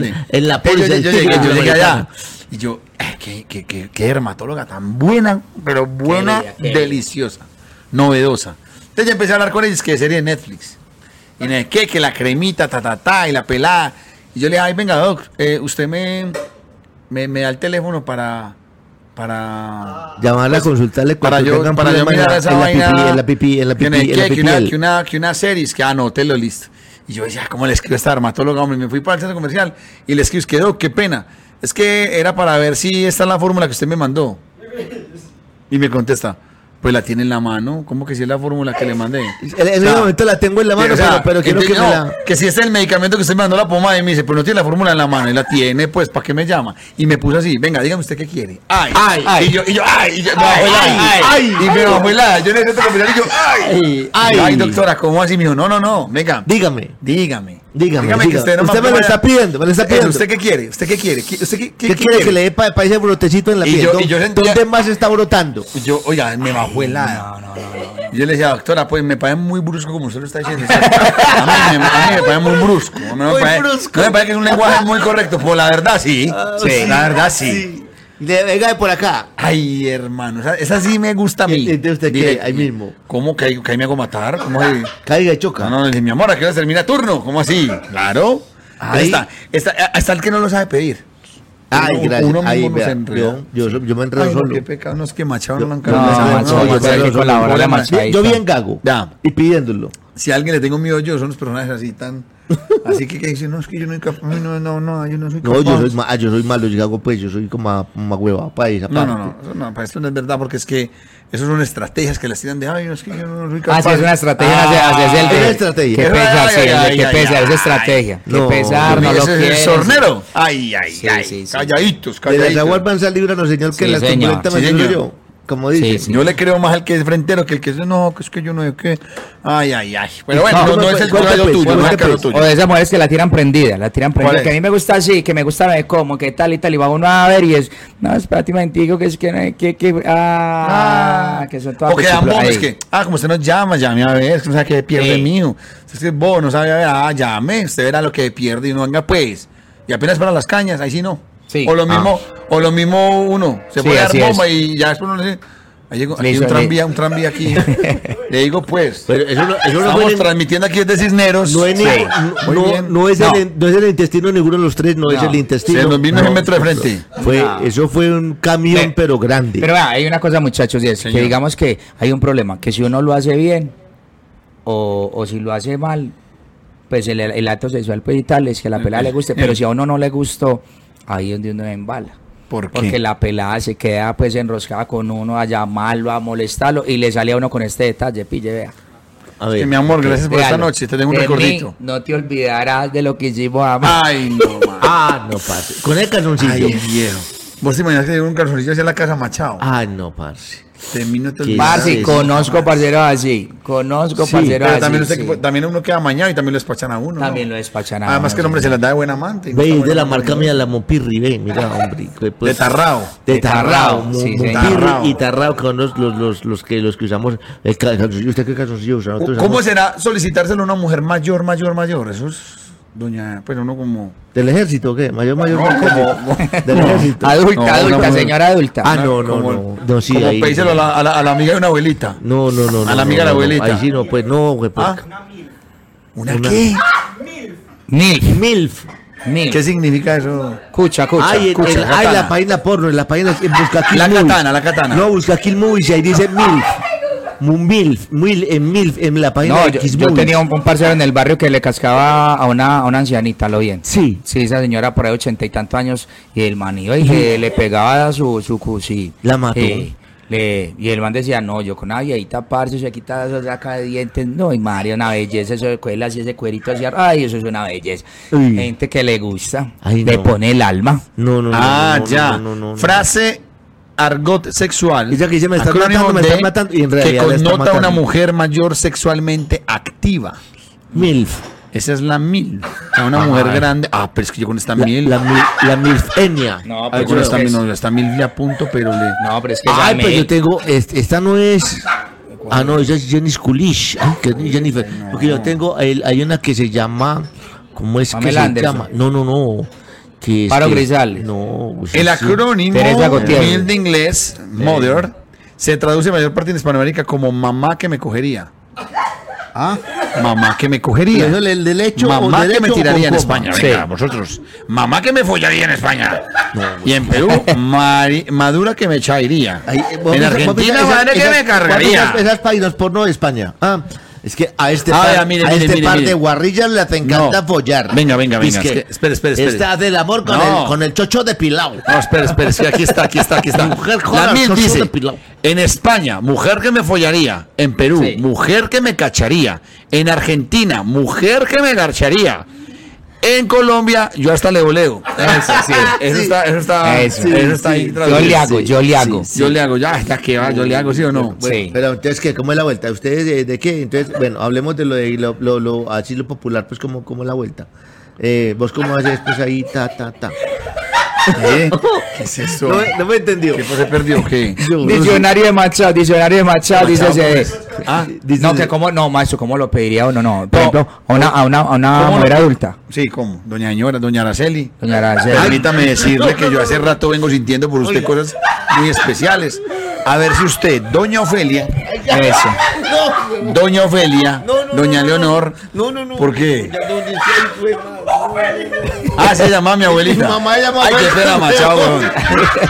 Prácticamente.
en la
Yo-
póliza.
Yo,
del
yo
tigre
llegué, yo llegué allá.
suramericano.
Y yo, eh, qué, qué- qué- qué dermatóloga tan buena, pero buena,
bella, qué bella.
deliciosa, novedosa. Entonces yo empecé a hablar con ellos que de serie de Netflix. Y me que que la cremita, ta, ta, ta, y la pelada. Y yo le dije, ay, venga, doc, eh, usted me, me, me da el teléfono para. para
Llamarla, consultarle
Pues, para
cuando
yo,
tengan
para yo
problema en
mirar
la-
esa
en la
vaina.
pipí, en la pipí, en la
que,
pipí,
me-
en la
que- que
pipí.
una,
el-
que, una, que una series, que ah, anótelo, listo. Y yo decía, "Ah, ¿cómo le escribo a esta dermatóloga? Hombre, Y me fui para el centro comercial y le escribo, quedó, qué pena. Es que era para ver si esta es la fórmula que usted me mandó. Y me contesta, pues la tiene en la mano, ¿cómo que si es la fórmula que le mandé?
En ese
O sea,
momento la tengo en la mano,
o sea,
pero, pero quiero que
ente-
me
no,
la...
que si este es el medicamento que usted me mandó la pomada y me dice, pues no tiene la fórmula en la mano y la tiene, pues ¿para qué me llama? Y me puso así, venga, dígame usted qué quiere. Ay,
Ay,
Y yo, y yo, ay, y yo, me
Ay,
bajó el
ay,
ay,
ay,
y me bajó el ay. Yo en el centro comercial y yo, ay,
Ay,
ay,
ay.
doctora, ¿cómo así? Me dijo, no, no, no, venga,
Dígame.
dígame.
Dígame,
que
dígame.
usted no
Usted me lo
vaya-
está pidiendo, me lo está
Eh,
pidiendo.
¿Usted qué quiere? ¿Usted qué quiere? ¿Qui- ¿Usted qué,
¿Qué, quiere que le dé para ese brotecito en la
Y
piel?
yo-
¿Dó-
y yo sentía-
¿Dónde más está brotando?
Yo, oiga, me bajó el ay.
No, no, no, no.
Y Yo le decía, doctora, pues me parece muy brusco como usted lo está diciendo. A mí, me- a mí me parece muy brusco. A mí me
Muy
parece,
brusco. Ah,
no me parece que es un lenguaje muy correcto. Pues la verdad sí.
sí,
la verdad sí.
Y le- venga de por acá.
Ay, hermano, esa, esa sí me gusta a
¿Y
mí.
entonces usted qué?
Directo.
Ahí mismo.
¿Cómo que, ahí- que ahí me hago matar? ¿Cómo así?
Caiga y choca.
No, no, le dije, mi amor, ¿a qué hora termina turno? ¿Cómo así? Claro.
Ay.
Está, está, eh, está el que no lo sabe pedir.
Ay,
Uno-
gracias.
uno mismo
Ahí,
nos
vea,
enreda.
yo, yo, yo me enredo
Ay, no,
solo.
qué pecado, no es que machado
Yo-
no,
no,
No, macho,
Machado, yo
macho, hay
creo
que
que
colaborar la
problema.
machadita.
yo bien gago.
Ya.
Y pidiéndolo.
si a alguien le tengo miedo yo, son los personajes así tan... Así que que dicen, no, es que yo no soy capaz, no, no, no, yo no soy capaz.
No, yo soy, ma- ah, yo soy malo, yo gago pues, yo soy como a- como a hueva, pa' esa
No, no,
parte.
no, eso no, para esto no es verdad, porque es que esas son estrategias que las tiran de, ay, no, es que yo no soy capaz.
Ah, sí, es una estrategia.
Ah,
así- así es el
es una
de-
estrategia.
Qué
Ay, ay,
pesar, sí, el de
ay,
qué
ay,
pesar, es
ay.
estrategia. Qué
No,
pesar, no lo
Ese es el
quieres.
sornero. Ay, ay,
Sí,
ay,
sí, sí.
calladitos,
De la
calladitos.
Zaguarpanza líbranos, señor, que
Sí,
la
señor.
turbulenta
Sí,
me libro
señor.
yo. Como dice.
sí.
Yo le creo más al que es frentero que el que dice, no, que es que yo no sé qué. Ay, ay, ay. Pero bueno,
No,
no, no es el
cuente,
caso
pues,
tuyo, no es
cuente,
el caso
pues.
tuyo.
O de esas mujeres que la tiran prendida, la tiran
¿Cuál
prendida. Que
es?
a mí me gusta así, que me gusta ver cómo, que tal y tal, y va uno a ver y es, no, espérate un momentico, que es que, no hay- que, que, ah, que son todas
O que dan
pichiflas
bobo,
ahí.
es que, ah, como usted no llama, llame a ver, es que no sabe qué pierde
Sí.
mío. Es que vos no sabe, a ver, ah, llame, usted verá lo que pierde y no venga pues. Y apenas para las cañas, ahí sí no.
Sí. Ah.
O lo mismo, o lo mismo uno, se
Sí,
puede dar
así
bomba y ya después uno le dice, ahí llegó, aquí hay
Listo,
un
le-
tranvía, un tranvía
*laughs*
aquí. le digo pues,
Pero eso no, eso no
estamos
fue en-
transmitiendo aquí desde Cisneros.
no es, ni-
Sí.
no-
Muy
no-
bien.
no es
No.
El, no es el intestino ninguno de los tres, no, es
No.
el intestino.
Se nos vino
No.
el metro de frente.
Fue,
No.
Eso fue un camión,
Ve-
pero grande.
Pero vea, hay una cosa, muchachos, y es
Señor.
que digamos que hay un problema, que si uno lo hace bien o, o si lo hace mal, pues el, el acto sexual pues y tal es que
Eh,
la pelada le guste, pero si a uno no le gustó, ahí es donde uno embala.
¿Por qué?
Porque la pelada se queda pues enroscada con uno a llamarlo, a molestarlo y le sale a uno con este detalle, pille, vea.
a
Sí,
ver,
mi amor, gracias por esta
Véalo.
noche, te tengo un
De mí
recordito.
*laughs* no te olvidarás de lo que hicimos amor.
Ay, no, man.
Ah, no, parce. Con el calzoncillo.
Ay, viejo. Vos te imaginas que llegó un calzoncillo hacia la casa Machado.
Ay, Ah, no, parce.
De mí no te
Qué
olvidas.
Parce,
sí, sí,
conozco parceros así, conozco
Sí,
parceros
Pero
así.
también, usted-
sí.
también uno queda mañado y también lo despachan a uno.
También
¿no?
lo despachan a
Además
uno,
que el hombre se las da de buen amante. y no
Ve,
está
de la
bueno,
marca
bueno.
mía, la Monpirri, ve, mira, hombre. que, pues,
De Tarrao.
De
De Tarrao,
Tarrao, Mon-
sí,
Monpirri
señor.
y Tarrao, que son los, los, los, los que, los que usamos el calzoncillo. ¿Usted qué calzoncillo usa? Nosotros
¿Cómo
usamos
será solicitárselo a una mujer mayor, mayor, mayor? Eso es, doña, pues uno como...
¿Del ejército o qué? Mayor, mayor.
No,
del
como-
ejército. Del ejército.
Adulta,
No,
adulta,
una mujer.
señora adulta.
Ah, no, no,
como,
no. No, sí,
como
ahí-
pedírselo a la, a la- a la amiga de una abuelita.
No, no, no.
A
no,
la amiga de la
no, no, no. Ah,
abuelita.
*laughs* Ahí sí no, pues no, güey. pues.
¿Ah? ¿Una qué?
Mil,
MILF.
mil.
¿Qué significa eso?
Cucha, cucha,
Ay, en- en-
cucha.
ay, la
katana.
página porno, en la página en busca Kill
La
Movies.
katana, la katana.
No, busca Kill Movies y ahí dice MILF. Mu- MILF, MILF, en MILF, en la página
No,
de
yo,
Kill
yo
Movies.
tenía un, un parcero en el barrio que le cascaba a una, a una ancianita, lo bien.
Sí.
Sí, esa señora por ahí ochenta y tantos años, y el man iba y le, le pegaba su, su cu- sí.
La mató.
Sí. Le- y el man decía, no, yo con una viejita parce, se quita esa saca de dientes, no, y María, una belleza, eso de cuelas y ese cuerito así, ay, eso es una belleza.
Uy.
Gente que le gusta,
Ay,
le
no.
pone el alma.
No, no, no.
ah,
no, no,
ya.
no, no, no, no.
Frase argot sexual.
Ella que dice, "Me están
Acrónimo
matando, me están
de-
matando", y en realidad la
Que
está
connota a una
matando.
mujer mayor sexualmente activa.
MILF.
Esa es la mil. A una
Ay.
mujer grande. Ah, pero es que yo con esta
La,
mil.
la, mil, la milfenia.
No,
Ay,
pues
con
yo
esta
creo
mil,
que
no, esta mil le apunto, pero le.
No, pero es que esa
Ay, pues
me-
yo tengo, este, esta no es. Ah, no, esa es Jenny Skulish. Ay, que es Jennifer. Porque yo tengo, el- hay una que se llama. ¿Cómo es que
Pamela
se
Anderson.
llama? No, no, no. Que,
Paro
que-
Grisales.
No, pues,
El
sí.
acrónimo
Teresa Gutiérrez.
mil de inglés, mother, se traduce en mayor parte en Hispanoamérica como mamá que me cogería. Ah, mamá que me cogería.
Pero ¿El derecho o
mamá que me
derecho
tiraría
o
en
coma?
España,
Sí.
venga, vosotros. Mamá que me follaría en España.
pues,
y en Perú,
*laughs*
mari- madura que me echaría.
Ahí, eh, vamos
en
a-
Argentina,
vamos a-
madre
esas-
que me
esas-
cargaría.
Esas, esas páginas porno de España. Ah, es que a este
Ah,
par,
ya, mire,
a
mire,
este
mire,
par
mire.
de guarrillas les encanta
No.
follar.
Venga, venga, venga,
Dizque,
es que- espere, espere, espere.
Está del amor con,
No.
el, con el chocho depilado.
No, espera, espera, es que aquí está, aquí está, aquí está.
Mujer con
la mil
arcoso
dice,
depilado.
en España, mujer que me follaría. En Perú,
Sí.
mujer que me cacharía. En Argentina, mujer que me garcharía. En Colombia, yo hasta le voleo. Eso, sí. Eso
Sí.
está, eso está,
Eso.
eso está ahí.
Yo le hago,
Sí.
yo le hago.
Yo le hago, ya, hasta que va, yo le hago, ¿sí o no?
Bueno, Sí.
Pero entonces, ¿qué? ¿cómo es la vuelta? ¿Ustedes de, de qué? Entonces, bueno, hablemos de lo de lo, lo, lo- así lo popular, pues como, como la vuelta. Eh, vos cómo haces pues ahí, ta, ta, ta.
¿Eh? ¿Qué es eso?
No, me- no me entendió.
¿Qué fue, se perdió? ¿Qué?
Yo-
Diccionario de Machado, diccionario de Machado, *laughs* dice
pues.
ese-
Ah,
Dice-
No, que cómo, no, maestro, ¿cómo lo pediría uno? No, por
No.
ejemplo, a una, a una, a una
¿Cómo
mujer
lo-
adulta.
sí, ¿cómo? Doña señora, doña Araceli.
Doña Araceli.
Permítame decirle que yo hace rato vengo sintiendo por usted cosas muy especiales. A ver si usted, doña Ofelia,
Eso.
No,
doña Ofelia,
No, no,
doña
no, no,
Leonor.
no, no, no.
¿Por qué?
Ya no, ni siquiera fue nada.
Ah, se llamaba mi abuelita.
Mi mamá llama
Ay, qué
abuelita.
pena, machado, weón.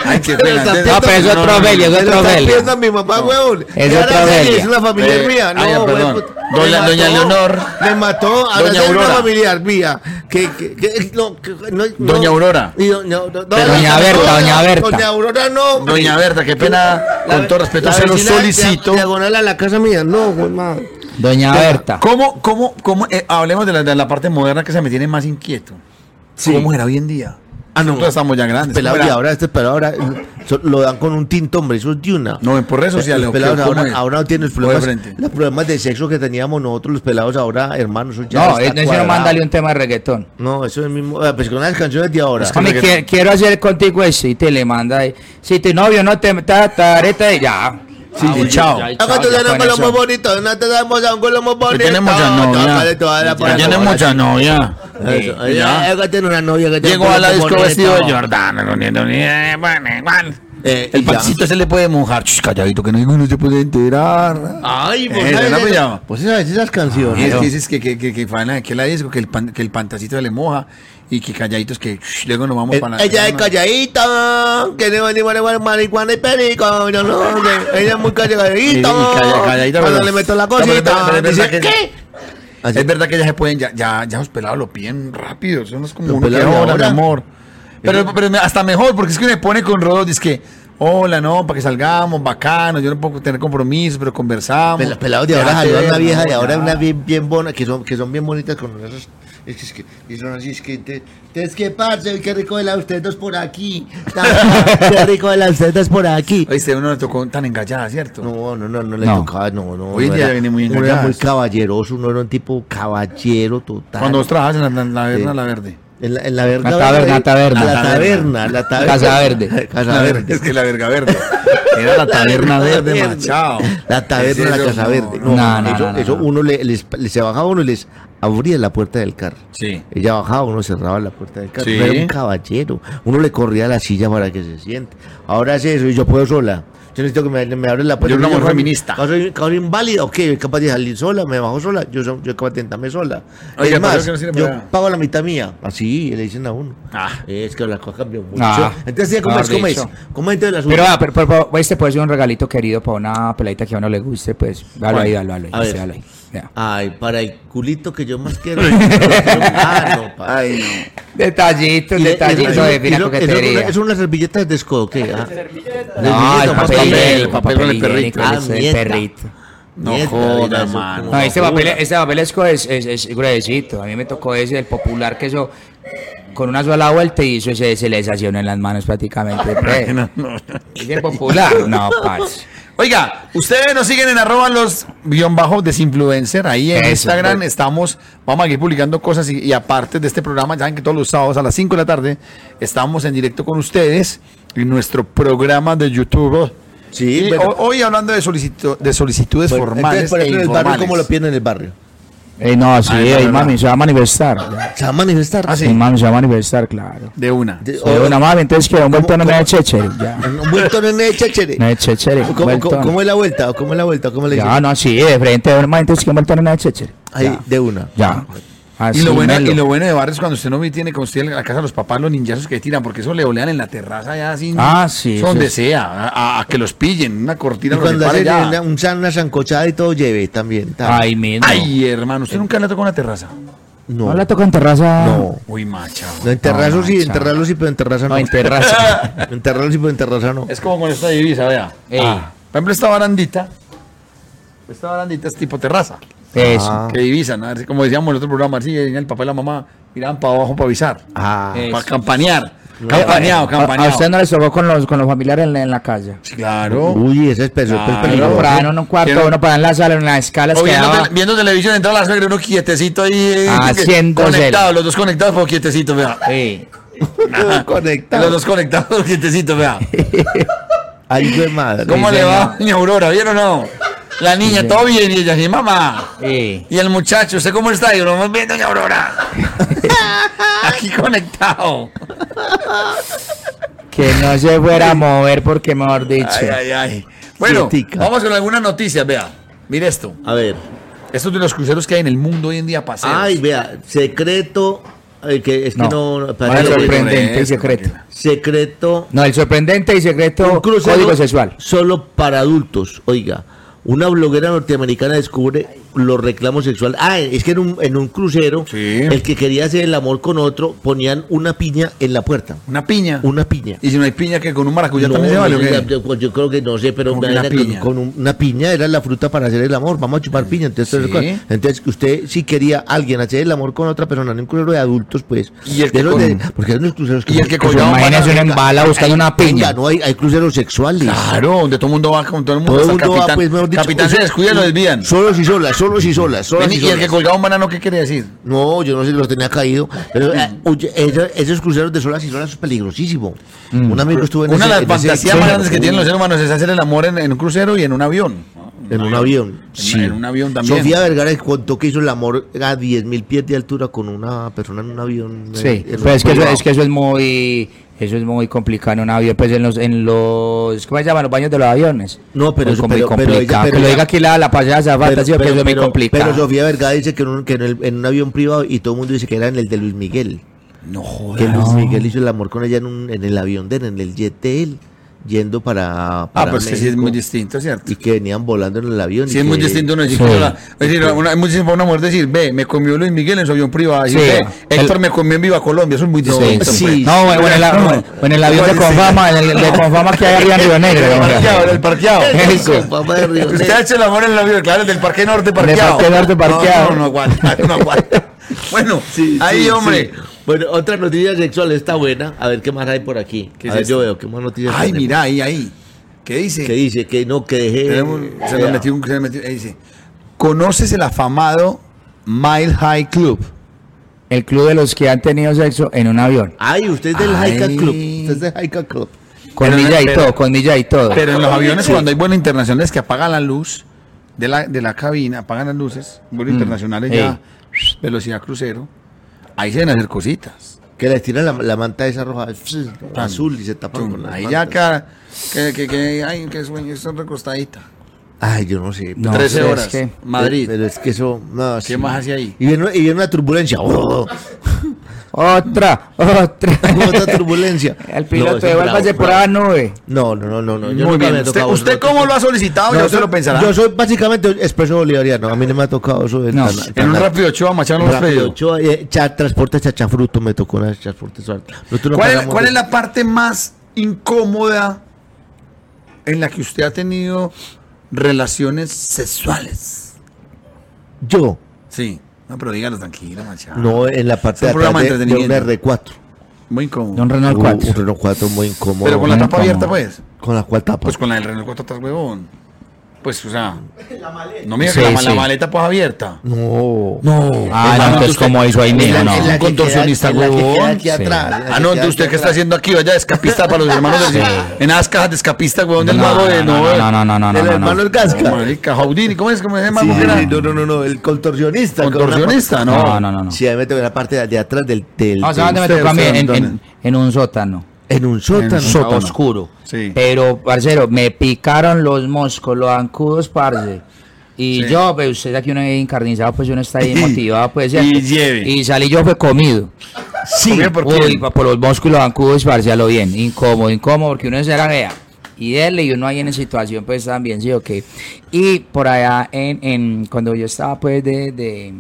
Ay, qué
Pero
pena.
está
Entonces-
Ah, pero eso es
no,
otra
no, no.
Ofelia, eso es
Pero
otra
está
Ofelia.
piensa mi mamá, huevón.
Es
Y ahora
otra
sí,
Ofelia.
Es una familiar
Eh,
mía. No,
ah, ya,
huevón,
perdón.
puta, me
Doña-
mató.
doña Leonor.
Me mató. Ahora
Doña
sí es una
Aurora.
familiar mía. Que, que, que- no, que- no,
Doña
no.
Aurora.
Y do- no, no, no,
Doña
no,
Berta,
no,
doña Berta.
Doña Aurora, no.
Doña Berta, qué pena, con todo respeto, se lo solicito.
Diagonal a la casa mía. No, güey, ma.
Doña Berta.
¿Cómo, cómo, cómo? eh, hablemos de la, de la parte moderna que se me tiene más inquieto. ¿Cómo era hoy en día?
Ah, no.
Nosotros estamos ya grandes.
Pelado,
¿Cómo
y
era?
ahora este pelado ahora so- lo dan con un tinto, hombre, eso es de una.
No, en por redes sociales,
Los
¿o qué?
pelados
¿Cómo
ahora,
es?
ahora no tienen los
¿O de
problemas,
frente?
los problemas de sexo que teníamos nosotros, los pelados ahora, hermanos. Eso ya
No,
está
eh, eso no
cuadrado.
mándale un tema de reggaetón.
No, eso es mismo. ah, Pues con las canciones de ahora.
Mami,
reggaetón.
quie- quiero hacer contigo eso y te le manda ahí. Si tu novio no te tareta y ya. Ah,
Sí, sí,
bueno,
chao.
ya, ya,
Acá
ya
tenemos
con
lo muy
eso.
bonito, no tenemos a un culo muy
Que
bonito.
tenemos ya
No,
novia.
vale, toda la
Ya
palabra.
tenemos ya novia.
Eso,
Eh,
ya,
ya.
acá tiene una novia que tiene
Llegó
un
a
culo
la
muy
disco
bonito.
vestido de Jordana. no, ni- no, ni- eh, bueno, igual.
Eh, y
El
ya.
pancito se le puede mojar. Ch, calladito, que no ninguno se puede enterar.
Ay, pues,
Eh,
¿sabes
no,
eso?
pues ya.
Pues sabes esas
Y Ah, es
canciones.
que dices que, que, que, que fan de la disco, que el, pan, que el pantacito se le moja y que calladitos que ch, luego nos vamos
Eh,
para la.
Ella es calladita, que no vale igual marihuana y perico. Yo no, que ella es muy
Y- y
calladita.
calla- calladita,
Cuando
pero-
le meto la
No, pero-
cosita,
pero- pero-
dice,
pero-
¿qué? Así.
Es verdad que ya se pueden, ya, ya, ya los pelados lo piden rápido. Eso no es como
Los
uno que
pelados de
hola, mi
ahora".
amor. Pero, pero me- hasta mejor, porque es que me pone con Rodolfo, dice que, hola, no, para que salgamos, bacano, yo no puedo tener compromisos, pero conversamos.
Pela- Pelados de
Ya
ahora
te
saludan a una
ves,
vieja
¿no?
de ahora
Ya.
una bien, bien bona, que son, que son bien bonitas con esas. Es que, es que, y son así, es que. te- te- Es que, parce, qué rico de la ustedes dos por aquí. Qué rico de la ustedes dos por aquí.
Oíste, uno le tocó tan engallada, ¿cierto?
No, no, no, no le
No.
tocaba, no, no.
Hoy en
no
día
era-
viene muy
uno era muy
engañadas.
caballeroso, uno era un tipo caballero total.
Cuando vos trabajas en la, en la taberna,
Sí.
la verde.
En la, en la verga-
La taberna,
eh,
taberna.
La
La
taberna, la taberna.
Casa Verde.
Casa Verde.
Es que la verga verde. *laughs* Era la taberna verde,
Verde.
machado.
La taberna, la
Ese
casa
no,
verde.
no.
No,
No, no,
eso,
no, no,
eso
no.
uno le, les, les- se bajaba uno y les abría la puerta del carro.
Sí.
Ella bajaba, uno cerraba la puerta del carro.
Sí.
Era un caballero. Uno le corría la silla para que se siente. Ahora hace eso y yo puedo sola. Yo necesito que me, me abra la
Yo una mujer
soy-
feminista.
Yo soy, yo soy inválida, ok, soy capaz de salir sola, me bajo sola, yo soy, yo soy capaz de tentarme sola.
Oiga,
es
pero creo
más,
que no sirve
yo
para-
pago la mitad mía. Así le dicen a uno.
Ah.
Es que la cosa cambió mucho.
Ah,
Entonces, ya ¿cómo es?
mejor
¿Cómo es?
dicho.
¿Cómo es entonces el
Pero,
asunto?
ah, pero, pero, pero, este puede ser un regalito querido para una peladita que a uno le guste, pues. Dalo ahí, dalo, dalo.
A
ahí,
ver.
dalo ahí. Vea.
Ay, para el culito que yo más
*laughs*
quiero. ah, no, pa.
Ay, no.
Detallitos,
Y le-
detallitos eh,
y le-
de fina
y lo- eso es una-
coquetería.
Es unas servilletas de escodo, ¿qué? Ah,
No, el
servilletas, más
papel,
papel,
el
papel
papel
con el
higiénico,
perrito.
ese
Ah,
del
mierda.
perrito.
No
Mierda,
joda,
mira, eso
mano.
como
No,
una
este papel,
locura.
este papel es, co- es, es- es gruesito. A mí me tocó ese, el popular, que eso, con una sola vuelta y eso se, se le desaccionó en las manos prácticamente. *laughs* pues.
No, no, no.
Ese es popular. No, parce.
Oiga, ustedes nos siguen en arroba los guión bajo desinfluencer. Ahí en
Eso,
Instagram
pues.
estamos, vamos a ir publicando cosas y, y aparte de este programa, ya saben que todos los sábados a las 5 de la tarde estamos en directo con ustedes en nuestro programa de YouTube.
Sí,
Y
bueno.
ho- hoy hablando de, solicitu- de solicitudes
Bueno,
formales.
entonces, por
e
ejemplo, en el barrio,
informales.
¿cómo lo piden en el barrio?
Eh, no, sí,
Ay, no,
ey,
no,
mami,
no.
se va a manifestar.
Se va a manifestar.
Ah, sí.
Sí, mami, se va a manifestar, claro.
De una.
De-
Eh,
o-
una mami, entonces quiero un buen
¿Cómo-
tono de
cómo?
chechere. Ya,
En Un buen tono en el cháchere.
*laughs* no de chechere. un
¿Cómo,
buen
cómo-
tono.
cómo es la vuelta? ¿O ¿Cómo es la vuelta? ¿Cómo le dicen?
Ya, no, sí, de frente a una mami, entonces quiero un buen tono de chechere.
Ahí, de una.
Ya. Así,
Y lo, bueno,
melo.
y lo bueno de Barrio es cuando usted no tiene con usted en la casa de los papás los ninjazos que tiran, porque eso le olean en la terraza ya así.
Ah, sí,
eso
eso
donde
es-
sea, a, a- a que los pillen, una
Y
cortina. los
cuando
separa
hacen
ya.
una, un san- una zancochada y todo, lleve también. ta.
Ay, mismo.
Ay, hermano,
Eh.
usted nunca le tocó una terraza.
no.
No la toca en terraza.
No.
Uy, macha.
No, en terrazos sí, en
mancha.
terrazos sí, pero en terraza no.
No, en terraza.
*laughs* En terrazos sí, pero en terraza no.
Es como con esta divisa, vea.
Ey.
Ah, Por ejemplo, esta barandita. Esta barandita es tipo terraza.
Eso.
Ah.
Que divisan, a ver, como decíamos en el otro programa, así venía el papá y la mamá miraban para abajo para avisar.
Ah.
Eh,
Para
Eso.
campanear.
Eh,
Campaneado,
eh, A, a usted
campaneado.
no les tocó con los, con los familiares en la, en la casa.
Sí, Claro.
Uy, esa es peso, es
Claro.
Uno
peligroso.
por
*laughs*
ahí, uno en un cuarto,
Quiero-
uno para en la sala, en las escalas
O
que
viendo,
daba.
tele- viendo televisión entra la suegra, uno quietecito ahí. eh,
Ah, Haciéndosela.
Conectado, los dos conectados, pero quietecito, vea.
Sí.
ah, Los
Conectado.
dos conectados, *laughs* quietecito, vea.
Ay, hijo de madre.
¿Cómo le va,
señor.
doña Aurora? ¿Vieron o no? La niña, todo bien, y ella, sí, mamá.
Sí.
Y el muchacho, ¿usted cómo está? Y lo más bien, doña Aurora.
*laughs*
Aquí conectado.
Que no se fuera a mover porque mejor dicho.
Ay, ay, ay. Bueno,
Quietica.
vamos con algunas noticias, vea. Mire esto.
A ver.
Esto es de los cruceros que hay en el mundo hoy en día pasean.
Ay, vea, secreto. ay, que es que no. no,
Más
parece-
sorprendente y
Eso,
secreto.
secreto.
No, el sorprendente y
Un
secreto
crucero
código sexual.
Solo para adultos, oiga. Una bloguera norteamericana descubre los reclamos sexuales. Ah, es que en un, en un crucero,
Sí.
el que quería hacer el amor con otro, ponían una piña en la puerta.
Una piña.
Una piña.
Y si no hay piña, que con un maracuyá
No,
Pues también se
no
vale. ¿o
sé,
qué?
ya, yo, yo creo que no sé, pero
Como que
era
una
con-
piña.
Con, un- una piña era la fruta para hacer el amor. Vamos a chupar piña. Entonces,
Sí.
todas esas cosas. entonces usted si quería alguien hacer el amor con otra persona en un crucero de adultos, pues.
Y el
de
que
esos
con-
de- porque hay unos cruceros que
y el que
Pues
Cuidado,
imagínese
mano,
una embala buscando una
Venga,
piña.
no hay, hay cruceros sexuales.
Claro, donde todo el mundo va con todo el mundo.
Todo el
hasta
mundo va,
capitán,
pues, mejor dicho.
capitán se descuida y lo desvían.
Solos y solas, solos y solas, solas
Ven,
y
y el que
solas.
colgaba un banano, ¿qué quiere decir?
No, yo no sé si los tenía caído. Pero eh,
Mm.
oye, esa- esos cruceros de solas y solas es peligrosísimo. Un amigo estuvo en
Mm. Una de las
ese- en ese-
fantasías más grandes que tienen los seres humanos es hacer el amor en, en un crucero y en un avión.
En un avión.
Sí. En un avión también.
Sofía Vergara contó que hizo el amor a 10.000 pies de altura con una persona en un avión.
Sí,
eh, en
pues es que, eso,
privado.
es que eso es muy eso es muy complicado en un avión, pues en los en los ¿cómo se llaman los baños de los aviones?
No, pero
Muy
eso-
compli-
pero- pero
complicado.
ella- pero
que lo
ella-
diga aquí la la pasada zafata,
Pero,
sí, que
pero-
eso es muy
pero-
complicado.
pero Sofía Vergara dice que, en un, que en, el- en un avión privado y todo el mundo dice que era en el de Luis Miguel.
No
Que
jodas.
Luis Miguel hizo el amor con ella en, un- en el avión de él, en el jet de él, yendo para.
Ah,
para
pues que sí es
México.
muy distinto, ¿cierto?
Y que venían volando en el avión.
Sí,
y
es muy
que-
distinto uno decir,
Sí.
que hola. es decir, una, es muy distinto para una mujer decir, ve, me comió Luis Miguel en su avión privado. Decir,
Sí.
ve, Héctor me comió en Viva Colombia, eso es muy
Sí,
distinto.
sí.
pues.
No, bueno, en, el av- bueno, en el avión de Confama, en el de Confama que hay arriba en Río Negro.
El
hombre.
parqueado, el parqueado.
Eso.
Con papá de Río
Usted ha
Negro.
hecho el amor en el avión, claro, el del Parque Norte parqueado.
Parque Norte
No,
parqueado.
No, no, aguanta, no aguanta. Bueno,
Sí,
ahí,
sí,
hombre.
sí. Bueno, otra noticia sexual está buena. A ver qué más hay por aquí.
¿Qué
a
es
ver,
esto?
yo veo qué más noticias
Ay,
tenemos.
mira, ahí, ahí. ¿Qué dice?
Que dice que no, que dejé.
Tenemos- se
Eh, vea.
nos metió un. Se nos metió, ahí dice: ¿Conoces el afamado Mile High Club?
El club de los que han tenido sexo en un avión.
Ay, usted es del
Ay.
Haika Club. Usted es del Haika Club.
Con
Pero no-
milla y
pero-
todo, con milla y todo.
Pero en los aviones,
Sí.
cuando hay vuelos internacionales que apagan la luz de la, de la cabina, apagan las luces, vuelos
Mm.
internacionales ya, velocidad crucero, ahí se deben hacer cositas.
Ah, Que le tiran la, la manta esa roja, azul, y se tapan
Tum,
con la
ahí
manta.
ya acá. Que, que, que, ay, que sueño, es recostadita.
Ay, yo no sé.
No,
13
pero es
horas.
que-
Madrid.
Pero es que eso. No,
¿Qué más hace ahí?
Y viene, y viene una turbulencia. Oh,
Otra,
*laughs*
otra.
otra turbulencia.
*laughs* El
No,
piloto
eso
de
es
vuelva
bravo,
se por la nube.
No, no, no, no. no. yo
Muy
nunca
bien.
me he
¿Usted,
tocado
usted
otro.
cómo lo ha solicitado?
No,
ya usted
yo-
lo pensará.
Yo soy básicamente expreso bolivariano. A mí no me ha tocado eso. de
No,
tan-
en
tan-
un rápido Ochoa Machado no lo has
rápido.
pedido.
Ochoa, eh, cha- transporte chachafruto me tocó una de transporte suerte. Nosotros no
¿Cuál, es-
pagamos
cuál
de-
es la parte más incómoda en la que usted ha tenido relaciones sexuales?
Yo.
Sí. No, pero dígalo tranquilo, Machado.
No, en la parte
Es
de
un programa de
atrás de, de un
entretenimiento.
R4.
Muy incómodo.
Don Renault
Un-
4.
Un Renault 4 muy incómodo.
pero con la
muy
tapa abierta,
incómodo.
pues.
Con la cual tapa.
Pues con la del Renault 4 atrás, huevón. Pues, o sea. No me digas
Sí,
que la, ma-
sí.
la maleta pues abierta.
no.
No.
Ah, no, entonces como hizo ahí mismo, no.
Un contorsionista, huevón.
huevón.
Sí.
Ah, no, entonces usted qué está haciendo aquí, vaya escapista
*laughs*
para los hermanos del
Sí.
En las cajas de escapista, huevón, del
No,
mago de
no,
no, eh.
no, no, no, no,
El
no,
hermano
no.
el casca.
Marica, Houdini, ¿cómo es? ¿Cómo se llama?
Sí,
¿Cómo era?
sí, no, no, no, no, el contorsionista. con una-
Contorsionista, ¿no?
No, no, no, no.
Sí, a mí me tocó la parte de, de atrás del. del
No, o sea,
del-
me
usted,
tocó a mí
usted,
en,
¿dónde?
en- en un sótano.
en un sótano,
En un sótano.
oscuro.
Sí.
Pero, parcero, me picaron los moscos, los ancudos, parce. Y
Sí.
yo, pues usted aquí uno es encarnizado, pues uno
*laughs*
está ahí motivado, pues.
Y
¿cierto?
lleve.
Y salí yo, fue comido.
Sí, ¿por
Uy,
quién?
pa- por los moscos y los ancudos, parce, a lo bien. Incómodo, incómodo, porque uno se la vea. Y él y uno ahí en esa situación, pues también, sí, ok. Y por allá, en, en cuando yo estaba, pues, de. de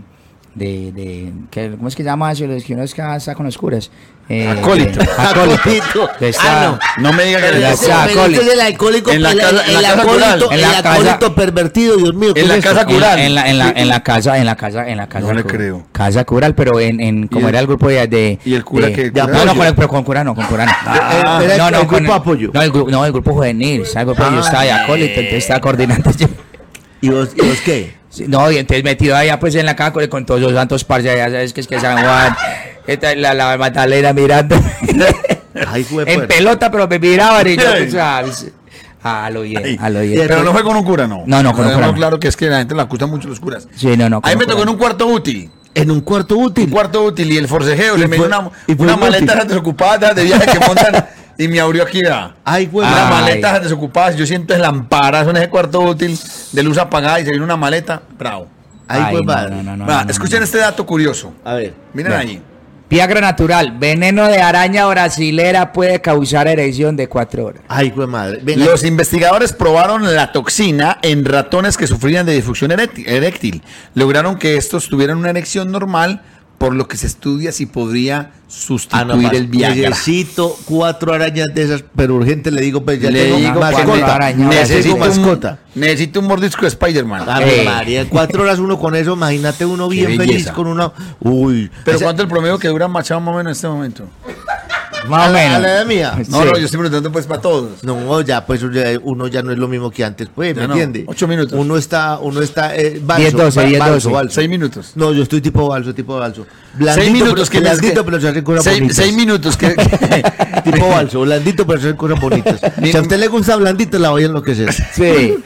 de, de ¿qué- ¿Cómo es que llama eso? Los que uno es que está con los curas. Eh,
Acólito.
eh,
*laughs*
acólito.
Acólito.
Que está-
Ah,
No me diga que
Ya
Pero ese-
sea,
pero
acólito.
ese es el alcohólico,
En la
el,
casa- en la
el
casa
acólito,
rural,
en
el
la casa-
acólito pervertido, Dios mío. ¿qué
En la
es eso?
casa
En la-
cural.
En la, en, la, en la casa, en la casa, en la casa.
No le
cu-
creo.
Casa cural, pero en, en
el-
como era el grupo de. de-
¿Y el cura
de-
qué?
de
¿Cura?
apoyo? No, no, con el- pero con cura no, con cura no.
Ah, era
no,
el-
no,
el
con
grupo apoyo.
No, el, gru- no, el grupo juvenil. ¿sabes? El grupo,
Ah.
yo estaba de acólito, entonces estaba coordinando *laughs* yo.
¿Y vos, y vos qué?
Sí, No, y entonces metido allá pues en la caja con, con todos los santos parce allá, sabes que es que San Juan, que tal, la, la
*laughs*
Magdalena mirando.
Ay, fue
en
puerta.
pelota, pero me miraban y yo, pues, o sea, a lo bien, a lo bien.
Pero no fue con un cura, no.
No, no, con un
Dejemos
cura, no.
claro que es que la gente la acusa mucho los curas.
Sí, no, no.
Ahí
con
me
cura
tocó en
no.
un cuarto útil.
En un cuarto útil.
Un cuarto útil y el forcejeo.
Y
Le metió
fue-
una,
y fue
una
un
maleta
útil.
de desocupada de viaje que montan y me abrió aquí, vea.
Ay, güey.
Una
Ah.
madre.
maleta desocupada. Yo siento el lamparazo en ese cuarto útil de luz apagada y se viene una maleta. Bravo.
Ay, güey,
no,
madre.
no, no, no,
Va,
no, no,
escuchen
no.
este dato curioso.
A ver.
Miren
Vea.
ahí.
Viagra natural, veneno de araña brasilera puede causar erección de 4 horas.
Ay, güey, madre. Venga.
Los investigadores probaron la toxina en ratones que sufrían de disfunción erécti- eréctil. Lograron que estos tuvieran una erección normal, por lo que se estudia si podría
Ah, no,
sustituir
madre.
el Viagra.
Necesito cuatro arañas de esas, pero urgente le digo, pues ya
Le
tengo
digo,
mascota.
cuatro arañas.
Ya
necesito,
tengo
un,
mascota. Ah,
necesito un mordisco de Spider-Man.
A ver,
Ey.
María, cuatro horas uno con eso,
*laughs*
imagínate uno bien feliz
belleza.
con una. Uy,
Pero
Esa-
¿cuánto el promedio que dura Machado más o menos en este momento?
Más
a
o
la-
menos.
a la edad mía.
No,
Sí.
no, yo estoy preguntando pues para todos.
No, ya pues ya uno ya no es lo mismo que antes, pues, ¿me
Ya no.
entiende?
Ocho minutos.
Uno está, uno está eh, balso,
10, 12,
ba-
10,
balso,
12.
balso.
Seis minutos.
No, yo estoy tipo balso, tipo balso.
Seis minutos
pero-
que
blandito, pero se hacen cosas
seis,
bonitas.
seis minutos que.
*laughs*
*laughs*
tipo balso, blandito, pero se hacen cosas bonitas. si a usted le gusta blandito, la voy
*laughs*
a enloquecer.
Sí.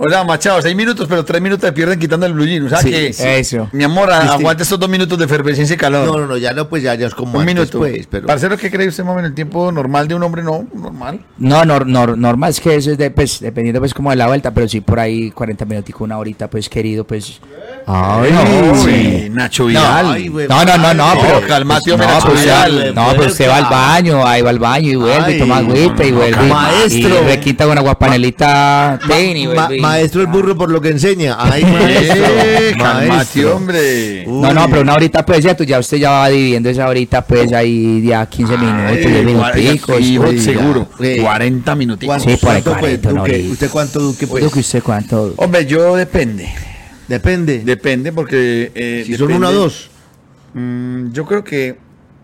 O sea, Machado, seis minutos, pero tres minutos te pierden quitando el blue jean. O sea
Sí,
que,
sí. Eso.
mi amor, a-
Distinto.
aguante estos dos minutos de efervescencia y calor.
No, no, no, ya no, pues ya, ya es como
Un
antes,
minuto.
pues, pero
Parcero, ¿qué cree usted más o menos el tiempo normal de un hombre? No, normal.
No, nor- nor- normal es que eso es de, pues, dependiendo pues como de la vuelta, pero sí por ahí 40 minuticos, una horita, pues querido, pues. Ay,
Uy,
sí.
Nacho
No, ay,
Vidal.
güey.
No, no, no, no,
No,
pero.
calmate, hombre,
no,
Nacho
pues,
Vidal,
ya-
de
no, pero usted va al
vuelta.
baño, ahí va al baño y vuelve,
Ay,
y toma agüita y
no,
vuelve. y-
maestro.
Y le quita una guapanelita ten y
Ma-
vuelve. y-
maestro el burro por lo que enseña.
*laughs*
Ay,
Eh,
maestro,
calmate,
maestro.
hombre.
No, no,
Uy.
pero una horita pues ya, tú, ya usted ya va dividiendo esa horita pues ahí ya 15 minutos,
Eh,
10 minuticos.
hijo,
pues,
seguro.
Sí.
40 minuticos.
Sí, por ahí
¿Cuánto, pues,
40, una
Duque?
horita.
¿Usted cuánto duque pues?
Yo que usted cuánto.
Hombre, yo depende.
Depende.
Depende porque... eh,
si son
depende.
uno o dos.
Mm, yo creo que...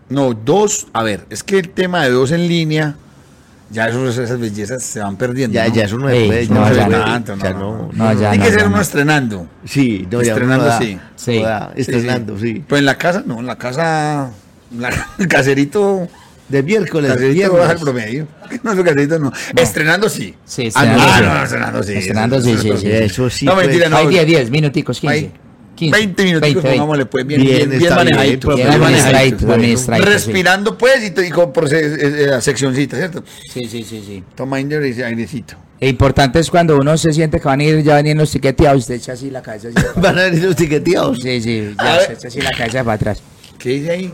No, dos... A ver, es que el tema de dos en línea... Ya eso- esas bellezas se van perdiendo.
Ya,
¿no?
ya, eso no
Ey,
es puede,
no,
ya
ya
se puede.
no.
Tanto, no,
Ya
no,
no.
No, ya
Tiene
no,
que ser
no,
uno
no.
estrenando.
Sí, no, ya
Estrenando,
uno da-
sí.
Sí.
uno da,
Sí, sí.
Estrenando, sí.
Pero en la casa, no, en la casa... la- el caserito...
De miércoles, de
Caserito baja el
viernes.
promedio. *laughs* No, el caserito no. Estrenando sí.
Sí,
Ah, no,
estrenando sí.
ah, no, estrenando sí.
Estrenando sí, sí, sí.
Eso sí.
No,
pues.
mentira, no.
Hay 10, 10 minuticos, 15.
Ay,
15,
20 minutos,
20,
pongámosle pues bien,
Bien,
bien, bien
está bien,
manejadito.
profe,
bien
bien
manejadito.
administradito,
Bueno,
administradito, sí.
Respirando pues y, t- y con proces- eh, eh, la seccioncita, ¿cierto?
Sí, sí, sí, sí.
Toma indio y airecito.
E importante es cuando uno se siente que van a ir, ya venían los tiqueteados, usted echa así la cabeza.
*laughs*
hacia atrás.
Van a venir los tiqueteados.
Sí, sí,
A
ya
ver.
se echa así la cabeza para atrás.
¿Qué dice ahí?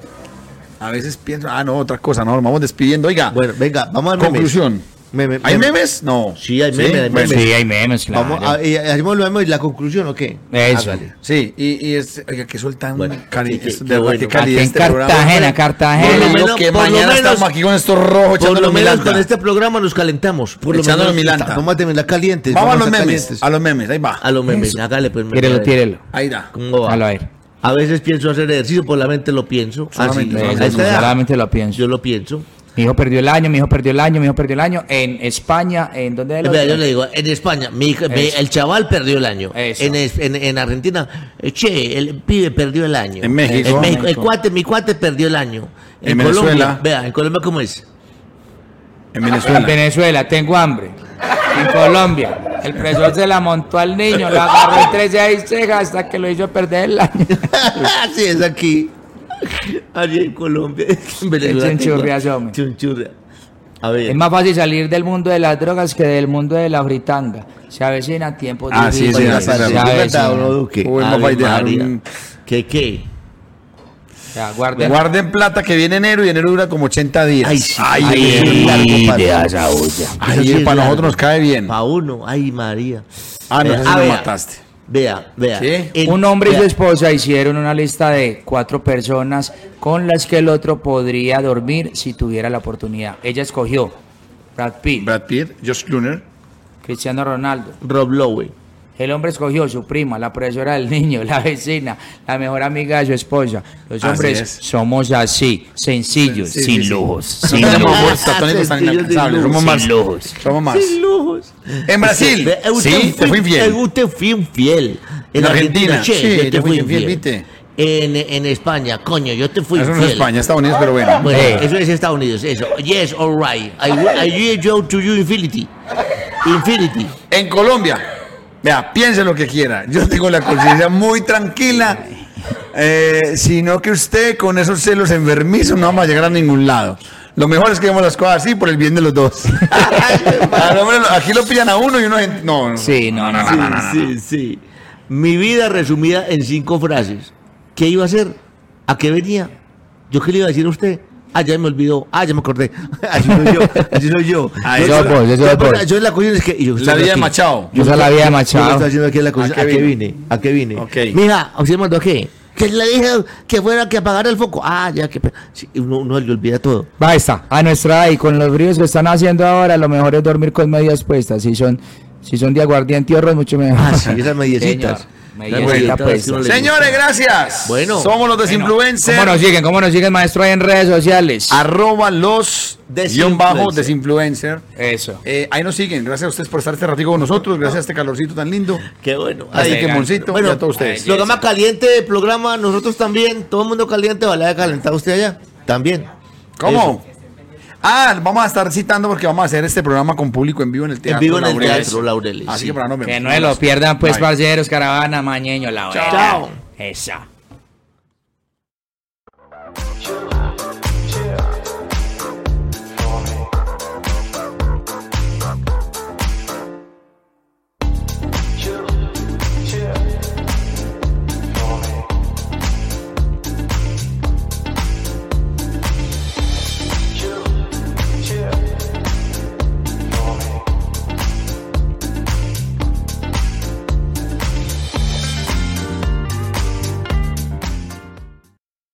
A veces pienso, ah, no, otra cosa, no, nos vamos despidiendo. Oiga,
Bueno, venga, vamos al meme.
conclusión.
Meme,
¿Hay
meme.
memes? No.
Pues Sí, hay memes, hay
bueno,
memes.
hay memes,
Vamos a, eh, hacemos lo mismo y la conclusión, ¿o qué?
Eso.
Hágale.
Sí, y, y es, oiga, que sueltan
Bueno,
cari-
sí, que-
es
que
de verdad,
bueno.
qué calidad
Aquí en
este programa.
Cartagena,
Por
Cartagena.
lo
Por lo
menos, que
menos- por lo
mañana
menos-
estamos aquí con estos rojos
Por
echando
lo menos
milanta.
con este programa nos calentamos. Por lo
Echándolo
menos
milanta.
está- Vamos a este. terminar calientes.
Vamos a los
estar
memes,
calientes.
a los memes, ahí va.
A los memes. Hágale, pues. meme, a
Tírelo,
ver.
tírelo.
Ahí da.
¿Cómo va?
Hágalo a ver.
A veces pienso hacer ejercicio, por la mente lo pienso.
Solamente,
Así, a
solamente.
esta edad,
Solamente lo pienso.
Yo lo pienso.
Mi hijo perdió el año, mi hijo perdió el año, mi hijo perdió el año. En España, ¿en dónde era el
Vea,
otro?
yo le digo, en España, mi hija- mi-
Eso.
el chaval perdió el año.
Eso.
En, es- en- en Argentina, eh, che, el pibe perdió el año.
En México.
En México, el
México.
cuate, mi cuate perdió el año.
En Venezuela.
Colombia, vea, en Colombia,
*laughs*
¿cómo es?
En
En
Venezuela.
Venezuela, tengo hambre. En Colombia, el profesor se la montó al niño, lo agarró entre seis cejas hasta que lo hizo perder el año.
Así es aquí. Allí en Colombia. En
El chunchurria,
tengo-
hombre.
chunchurria. A ver.
Es más fácil salir del mundo de las drogas que del mundo de la fritanga. Se avecina tiempo
Ah, sí, sí,
Oiga,
así se
parce,
la-
¿es verdad, bro, Duque?
Uy,
Ave
papá, y dejar
María.
un-
¿Qué, qué?
guarde.
Guarden plata que viene enero y enero dura como 80 días.
Ay, sí.
Ay,
Ay,
eso es
sí,
largo, parce.
de
esa olla.
Ay,
Eso sí es
para
largo.
nosotros nos cae bien.
Pa' uno, ay María.
Ah, no,
Vea,
eso sí lo
vea,
mataste.
Vea, vea.
¿Sí?
El-
Un hombre y
vea,
su esposa hicieron una lista de cuatro personas con las que el otro podría dormir si tuviera la oportunidad. Ella escogió Brad Pitt,
Brad Pitt, Josh Clooney.
Cristiano Ronaldo.
Rob Lowe.
El hombre escogió su prima, la profesora del niño, la vecina, la mejor amiga de su esposa. Los
Así
hombres
es.
somos así, sencillos,
Sí,
sin
sí, sí.
*laughs*
lujos.
No
sin
tenemos
lujos.
bolsa, tónicos tan
Sencillos de
inalcanzables, Somos más.
lujos.
Sin lujos.
Somos más.
Sin lujos.
En Brasil,
Usted- eh, usted
sí, te fui
eh,
infiel.
Usted fui infiel.
En Argentina, sí,
yo
yo fui
te fui
infiel,
infiel.
¿viste?
En, en España, coño, yo te fui
Eso no
infiel.
es España, Estados Unidos, pero bueno.
Bueno,
Eh.
eso Pues, es Estados Unidos, eso. Yes, all right. I, will- I will go to you infinity. Infinity.
En Colombia, vea, piense lo que quiera. Yo tengo la conciencia muy tranquila. eh, sino que usted con esos celos enfermizos no vamos a llegar a ningún lado. Lo mejor es que vemos las cosas así por el bien de los dos. Al hombre lo- aquí lo pillan a uno y uno. en- No, no.
Sí, no, no,
Sí,
no.
sí, sí. Mi vida resumida en cinco frases. ¿Qué iba a hacer? ¿A qué venía? ¿Yo qué le iba a decir a usted? Ah, ya me olvidó. Ah, ya me acordé. *laughs* Así soy yo. Así soy yo.
Ah,
Yo-
ese
soy vos, ese
yo-
soy vos.
yo- Yo la cuestión es que. y yo
La
estoy
vida de
aquí.
Machado.
Yo soy la vida de
Yo
Machado.
estoy haciendo aquí la cuestión.
qué
¿A qué
vino?
vine? ¿A qué vine?
Ok.
Mija, usted mandó a qué? Que le dije que fuera que apagara el foco. Ah, ya que. pe- Sí, uno, uno le olvida todo.
Basta, a nuestra edad y con los bríos que están haciendo ahora, lo mejor es dormir con medias puestas. Si son, si son de aguardiente y horror, mucho mejor.
Ah, sí, esas mediecitas.
Señor,
Esas
mediecita
mediecitas
pues.
que uno le gusta.
Señores, gracias.
Bueno.
somos los
Bueno,
desinfluencers.
¿Cómo nos siguen? ¿Cómo nos siguen, maestro, ahí en redes sociales?
Ah.
Arroba los
Desinfluencer.
guión bajo desinfluencer.
Eso.
Eh, ahí nos siguen. Gracias a ustedes por estar este ratico con nosotros. Gracias a este calorcito tan lindo.
Qué bueno.
Así que,
Elegante.
Moncito,
Bueno,
y a todos ustedes.
Programa caliente, programa, nosotros también, todo el mundo caliente, vale, ha calentado usted allá, también.
¿Cómo? Ah, vamos a estar citando porque vamos a hacer este programa con público en vivo en el teatro.
vivo en el
Laureles.
teatro, Laureles,
Así
sí.
que pues, para no
Que no se lo pierdan, pues, parceros, caravana, mañeño, la hora.
Chao.
Esa.